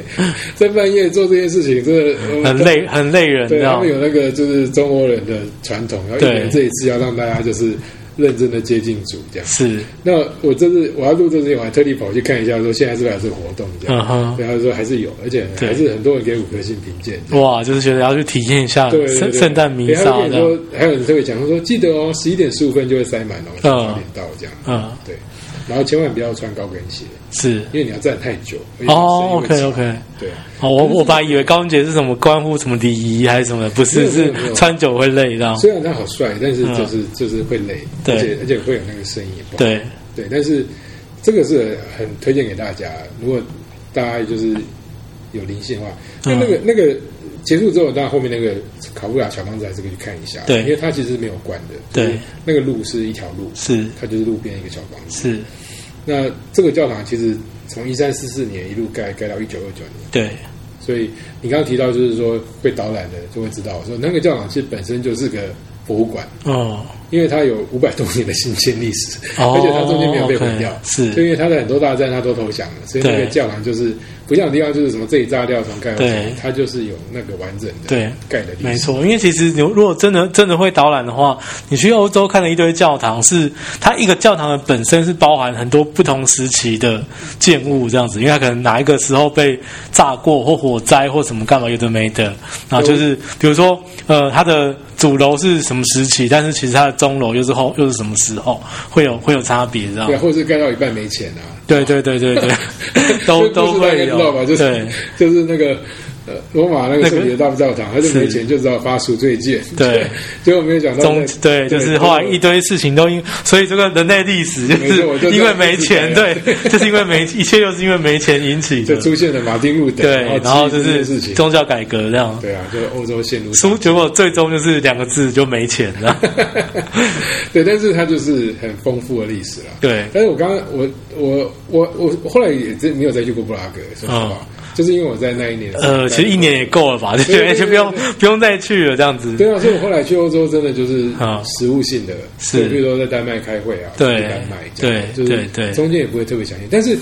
Speaker 1: 在半夜做这件事情真的呃
Speaker 2: 很。累很累人，
Speaker 1: 对
Speaker 2: 这
Speaker 1: 他
Speaker 2: 样
Speaker 1: 们，有那个就是中国人的传统，然后一
Speaker 2: 对
Speaker 1: 年这一次要让大家就是认真的接近主这样。
Speaker 2: 是，
Speaker 1: 那我这次我要录这之前，我还特地跑去看一下，说现在是不是还是活动这样。
Speaker 2: 嗯哼，
Speaker 1: 对，他说还是有，而且
Speaker 2: 对
Speaker 1: 还是很多人给五颗星评鉴。
Speaker 2: 哇，就是觉得要去体验一下
Speaker 1: 对对
Speaker 2: 啊圣
Speaker 1: 对，
Speaker 2: 圣诞弥撒
Speaker 1: 还有
Speaker 2: 这
Speaker 1: 人
Speaker 2: 样，
Speaker 1: 说，还有人特别讲，他说记得哦，十一点十五分就会塞满哦，早点到这样。
Speaker 2: 嗯，
Speaker 1: 对，然后千万不要穿高跟鞋，
Speaker 2: 是。
Speaker 1: 因为你要站太久。而且
Speaker 2: 哦
Speaker 1: 声音会
Speaker 2: ，OK
Speaker 1: 吵
Speaker 2: OK，
Speaker 1: 对啊，
Speaker 2: 哦，我我本来以为高文杰是什么关乎什么礼仪还是什么的，不是，
Speaker 1: 没有没有没
Speaker 2: 是
Speaker 1: 有
Speaker 2: 穿久会累这样。
Speaker 1: 虽然他好帅，但是
Speaker 2: 嗯
Speaker 1: 就是就是会累，
Speaker 2: 对
Speaker 1: 而且而且会有那个声音也不好。
Speaker 2: 对
Speaker 1: 对，但是这个是很推荐给大家，如果大家就是有灵性的话，那
Speaker 2: 嗯
Speaker 1: 那个那个结束之后，当然后面那个考布雅小房子还是可以去看一下，
Speaker 2: 对
Speaker 1: 因为它其实是没有关的，
Speaker 2: 对，
Speaker 1: 那个路是一条路，
Speaker 2: 是
Speaker 1: 它就是路边一个小房子。
Speaker 2: 是，
Speaker 1: 那这个教堂其实从一三四四年一路盖盖到一九二九年，
Speaker 2: 对
Speaker 1: 所以你刚刚提到就是说会导览的就会知道，说那个教堂其实本身就是个博物馆，
Speaker 2: 哦
Speaker 1: 因为它有五百多年的 新鲜历史，
Speaker 2: 哦
Speaker 1: 而且它中间没有被毁掉
Speaker 2: OK，是
Speaker 1: 就因为它在很多大战它都投降了，所以那个
Speaker 2: 对
Speaker 1: 教堂就是不像地方就是什么这里炸掉重盖，
Speaker 2: 对
Speaker 1: 它就是有那个完整的
Speaker 2: 对
Speaker 1: 盖的历史，
Speaker 2: 没错，因为其实你如果真的真的会导览的话，你去欧洲看了一堆教堂是，它一个教堂的本身是包含很多不同时期的建物这样子，因为它可能哪一个时候被炸过或火灾或什么干嘛有的没的，然后就是比如说呃它的主楼是什么时期，但是其实它的钟楼又是后又是什么时候，会有会有差别这样
Speaker 1: 对，。啊或者是盖到一半没钱啊，
Speaker 2: 对对对 对对，都
Speaker 1: 这
Speaker 2: 都
Speaker 1: 故事大家
Speaker 2: 会
Speaker 1: 知道吧？
Speaker 2: 有
Speaker 1: 就
Speaker 2: 对
Speaker 1: 是就是那个呃，罗马那个
Speaker 2: 那个
Speaker 1: 圣彼得大教堂，他就是没钱，就知道发赎罪券。
Speaker 2: 对，
Speaker 1: 结果没有想到
Speaker 2: 中
Speaker 1: 在
Speaker 2: 对，就是后来一
Speaker 1: 对
Speaker 2: 堆事情都因，所以这个人类历史就
Speaker 1: 没错我就是
Speaker 2: 因为没钱，
Speaker 1: 这样
Speaker 2: 对，就是因为没一切都是因为没钱引起的
Speaker 1: 就，出现了马丁路德，
Speaker 2: 对，然后
Speaker 1: 基
Speaker 2: 就
Speaker 1: 于这件事
Speaker 2: 是
Speaker 1: 情，
Speaker 2: 宗教改革这样，
Speaker 1: 对啊，就是欧洲陷入
Speaker 2: 输结果最终就是两个字就没钱这样，
Speaker 1: 对，但是它就是很丰富的历史啦。
Speaker 2: 对
Speaker 1: 但是我刚刚我我我我后来也真没有再去过布拉格，说实话，就是因为我在那一年的时候
Speaker 2: 嗯呃，其实一年也够了吧，就
Speaker 1: 对对
Speaker 2: 觉得就不用
Speaker 1: 对对
Speaker 2: 不用再去了这样子，
Speaker 1: 对啊，所以我后来去欧洲真的就是
Speaker 2: 啊
Speaker 1: 实物性的，
Speaker 2: 是
Speaker 1: 就比如说在丹麦开会啊，
Speaker 2: 对
Speaker 1: 去丹麦这样，
Speaker 2: 对
Speaker 1: 就是
Speaker 2: 对对
Speaker 1: 中间也不会特别详细，但是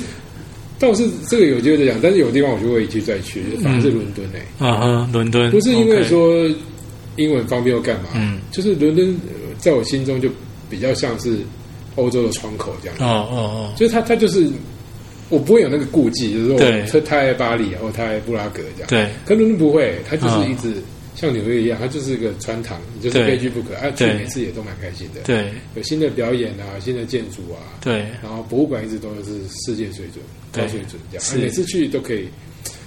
Speaker 1: 倒是这个有机会再讲，但是有地方我就会继续再去，反而是伦敦诶、
Speaker 2: 嗯哼，伦敦
Speaker 1: 不是因为
Speaker 2: OK
Speaker 1: 说英文方便又干嘛，
Speaker 2: 嗯
Speaker 1: 就是伦敦呃在我心中就比较像是欧洲的窗口这样，
Speaker 2: 哦哦
Speaker 1: 就是它它就是我不会有那个顾忌，就是说
Speaker 2: 对
Speaker 1: 我太爱巴黎或太爱布拉格这样
Speaker 2: 哦，，对
Speaker 1: 可伦敦不会，它就是
Speaker 2: 嗯
Speaker 1: 一直像纽约一样，它就是一个穿堂，你就是
Speaker 2: 对
Speaker 1: 非去不可。啊，去
Speaker 2: 对
Speaker 1: 每次也都蛮开心的，
Speaker 2: 对
Speaker 1: 有新的表演啊，新的建筑啊，
Speaker 2: 对
Speaker 1: 然后博物馆一直都是世界水准、
Speaker 2: 对
Speaker 1: 高水准这样。啊
Speaker 2: 是
Speaker 1: 每次去都可以，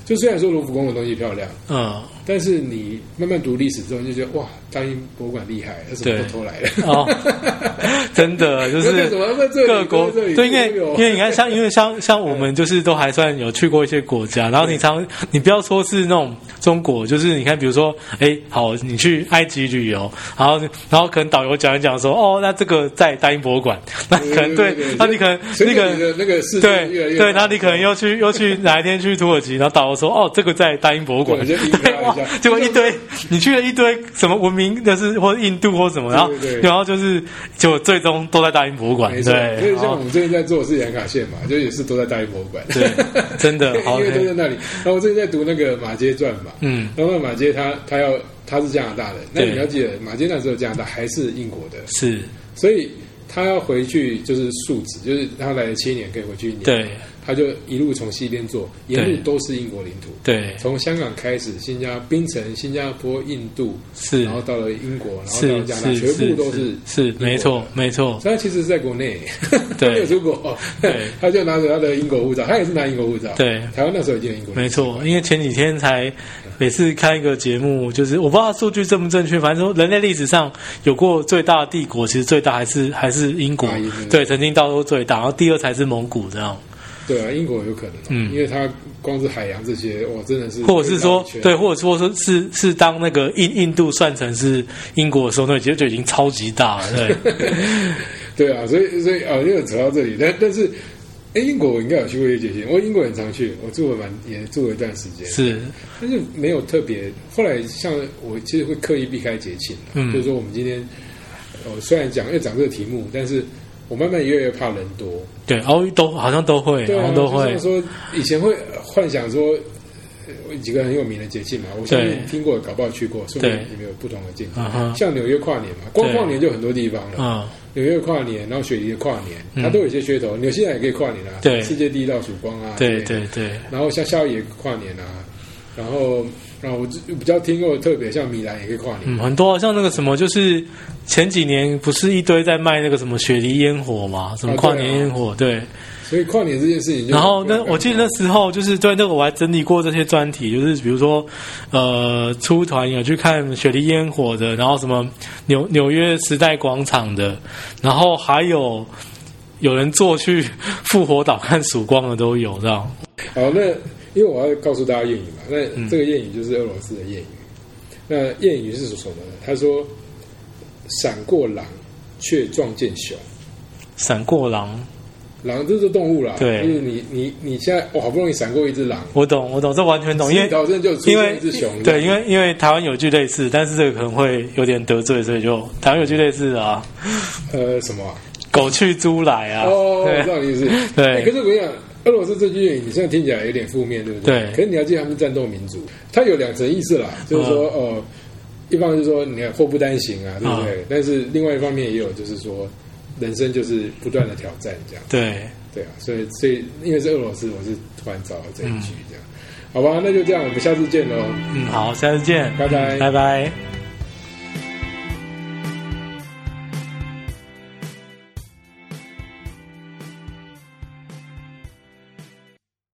Speaker 1: 就虽然说卢浮宫的东西漂亮，
Speaker 2: 嗯。
Speaker 1: 但是你慢慢读历史之后，你就觉得哇，大英博物馆厉害，那什么
Speaker 2: 对
Speaker 1: 都偷来了。
Speaker 2: 哦，真的就
Speaker 1: 那
Speaker 2: 是
Speaker 1: 什么在这里
Speaker 2: 各国
Speaker 1: 在这里
Speaker 2: 对，因为
Speaker 1: 都有
Speaker 2: 因为你看像 因为像像我们就是都还算有去过一些国家，然后你常你不要说是那种中国，就是你看比如说哎好你去埃及旅游，然后然后可能导游讲一讲说哦那这个在大英博物馆，那你可能对，那你可能
Speaker 1: 随
Speaker 2: 那
Speaker 1: 着
Speaker 2: 个
Speaker 1: 你。的那个世界
Speaker 2: 对
Speaker 1: 越来越
Speaker 2: 对，然后你可能又去 又去哪一天去土耳其，然后导游说哦，这个在大英博物馆，
Speaker 1: 对 我就
Speaker 2: 对
Speaker 1: 引导一下
Speaker 2: 哇结果一堆你去了一堆什么文明，就是或者印度或什么，然后
Speaker 1: 对对对
Speaker 2: 然后就是结果最终都在大英博物馆，
Speaker 1: 没
Speaker 2: 对，哦
Speaker 1: 错，所以
Speaker 2: 然
Speaker 1: 像
Speaker 2: 后
Speaker 1: 我们最近在做的是杨卡线嘛，就也是都在大英博物馆，
Speaker 2: 对 真的
Speaker 1: 因
Speaker 2: 好
Speaker 1: 为都
Speaker 2: OK
Speaker 1: 在那里。然后我最近在读那个马街传嘛，
Speaker 2: 嗯，
Speaker 1: 然后那马街他他要他是加拿大人，那你
Speaker 2: 对
Speaker 1: 了解马街那时候加拿大还是英国的，
Speaker 2: 是
Speaker 1: 所以他要回去就是述职，就是他来了七年可以回去一年，
Speaker 2: 对，
Speaker 1: 他就一路从西边做，沿路
Speaker 2: 对
Speaker 1: 都是英国领土，
Speaker 2: 对
Speaker 1: 从香港开始，新加槟城、新加坡、印度，
Speaker 2: 是
Speaker 1: 然后到了英国，然后到了
Speaker 2: 是
Speaker 1: 加拿大，
Speaker 2: 是
Speaker 1: 全部
Speaker 2: 是
Speaker 1: 都
Speaker 2: 是
Speaker 1: 英
Speaker 2: 是
Speaker 1: 国的
Speaker 2: 没错没错，
Speaker 1: 所以他其实是在国内，他
Speaker 2: 对
Speaker 1: 没有出国
Speaker 2: 对，
Speaker 1: 他就拿着他的英国护照，他也是拿英国护照。
Speaker 2: 对
Speaker 1: 台湾那时候已经有英国护照，
Speaker 2: 没错，因为前几天才每次看一个节目，就是我不知道数据正不正确，反正说人类历史上有过最大的帝国，其实最大还是还是英国
Speaker 1: 大英对，
Speaker 2: 对，曾经到过最大，然后第二才是蒙古这样，
Speaker 1: 对啊，英国有可能哦，
Speaker 2: 嗯
Speaker 1: 因为他光是海洋这些，哇，真的是
Speaker 2: 或者是
Speaker 1: 可以
Speaker 2: 说
Speaker 1: 绕一圈
Speaker 2: 对，或者说是是是当那个印印度算成是英国的时候，那其实就已经超级大了，对，
Speaker 1: 对啊，所以所以啊，因为扯到这里，但但是。哎，英国我应该有去过一些，我英国很常去，我住了蛮也住了一段时间，
Speaker 2: 是
Speaker 1: 但是没有特别。后来像我其实会刻意避开节庆、啊，
Speaker 2: 嗯
Speaker 1: 就是说我们今天，呃，虽然讲要讲这个题目，但是我慢慢越来越怕人多，
Speaker 2: 对，然后都好像都会，
Speaker 1: 对
Speaker 2: 好
Speaker 1: 啊，
Speaker 2: 像都
Speaker 1: 就
Speaker 2: 会
Speaker 1: 像，说以前会呃幻想说呃几个很有名的节庆嘛，我相信
Speaker 2: 对
Speaker 1: 听过，搞不好去过，说明
Speaker 2: 对
Speaker 1: 你们有不同的见
Speaker 2: 嗯哼
Speaker 1: 解。像纽约跨年嘛，光
Speaker 2: 对
Speaker 1: 跨年就很多地方了，
Speaker 2: 嗯，
Speaker 1: 纽约跨年，然后雪梨的跨年，
Speaker 2: 嗯
Speaker 1: 它都有一些噱头。纽西兰也可以跨年啊，
Speaker 2: 对
Speaker 1: 世界第一道曙光啊，
Speaker 2: 对
Speaker 1: 之类的
Speaker 2: 对对，
Speaker 1: 然后像夏威夷也跨年啊，然后然后我就比较听过特别像米兰也可以跨年，
Speaker 2: 嗯，很多像那个什么，就是前几年不是一堆在卖那个什么雪梨烟火嘛，什么
Speaker 1: 啊
Speaker 2: 跨
Speaker 1: 对啊
Speaker 2: 年烟火，对，
Speaker 1: 所以跨年这件事情就
Speaker 2: 然后那我记得那时候就是对那个我还整理过这些专题，就是比如说呃出团有去看雪梨烟火的，然后什么纽纽约时代广场的，然后还有有人坐去复活岛看曙光的都有这样。
Speaker 1: 好，那因为我要告诉大家谚语嘛，那
Speaker 2: 嗯
Speaker 1: 这个谚语就是俄罗斯的谚语。那谚语是什么呢？他说：“闪过狼，却撞见熊。
Speaker 2: 闪过狼，”
Speaker 1: 狼这是动物啦，
Speaker 2: 对
Speaker 1: 就是你你你现在哦我好不容易闪过一只狼，
Speaker 2: 我懂，我懂，这完全懂，因为
Speaker 1: 岛真就出
Speaker 2: 因
Speaker 1: 现
Speaker 2: 为
Speaker 1: 一只熊，
Speaker 2: 对，因为因为台湾有句类似，但是这个可能会有点得罪，所以就台湾有句类似的啊，
Speaker 1: 呃什么啊、
Speaker 2: 狗去猪来啊，
Speaker 1: 哦，我知
Speaker 2: 对
Speaker 1: 道你意思。
Speaker 2: 对
Speaker 1: 哎可是我跟你讲，俄罗斯这句谚语，你现在听起来有点负面，对不对？
Speaker 2: 对
Speaker 1: 可是你要记得他们是战斗民族，它有两层意思啦，就是说，呃，一方是说你看祸不单行啊，对不对？但是另外一方面也有，就是说人生就是不断的挑战，这样
Speaker 2: 对，
Speaker 1: 对啊。所以，所以因为是俄罗斯，我是突然找到这一句这样。好吧，那就这样，我们下次见喽。
Speaker 2: 嗯，好，下次见，
Speaker 1: 拜拜
Speaker 2: 嗯拜拜。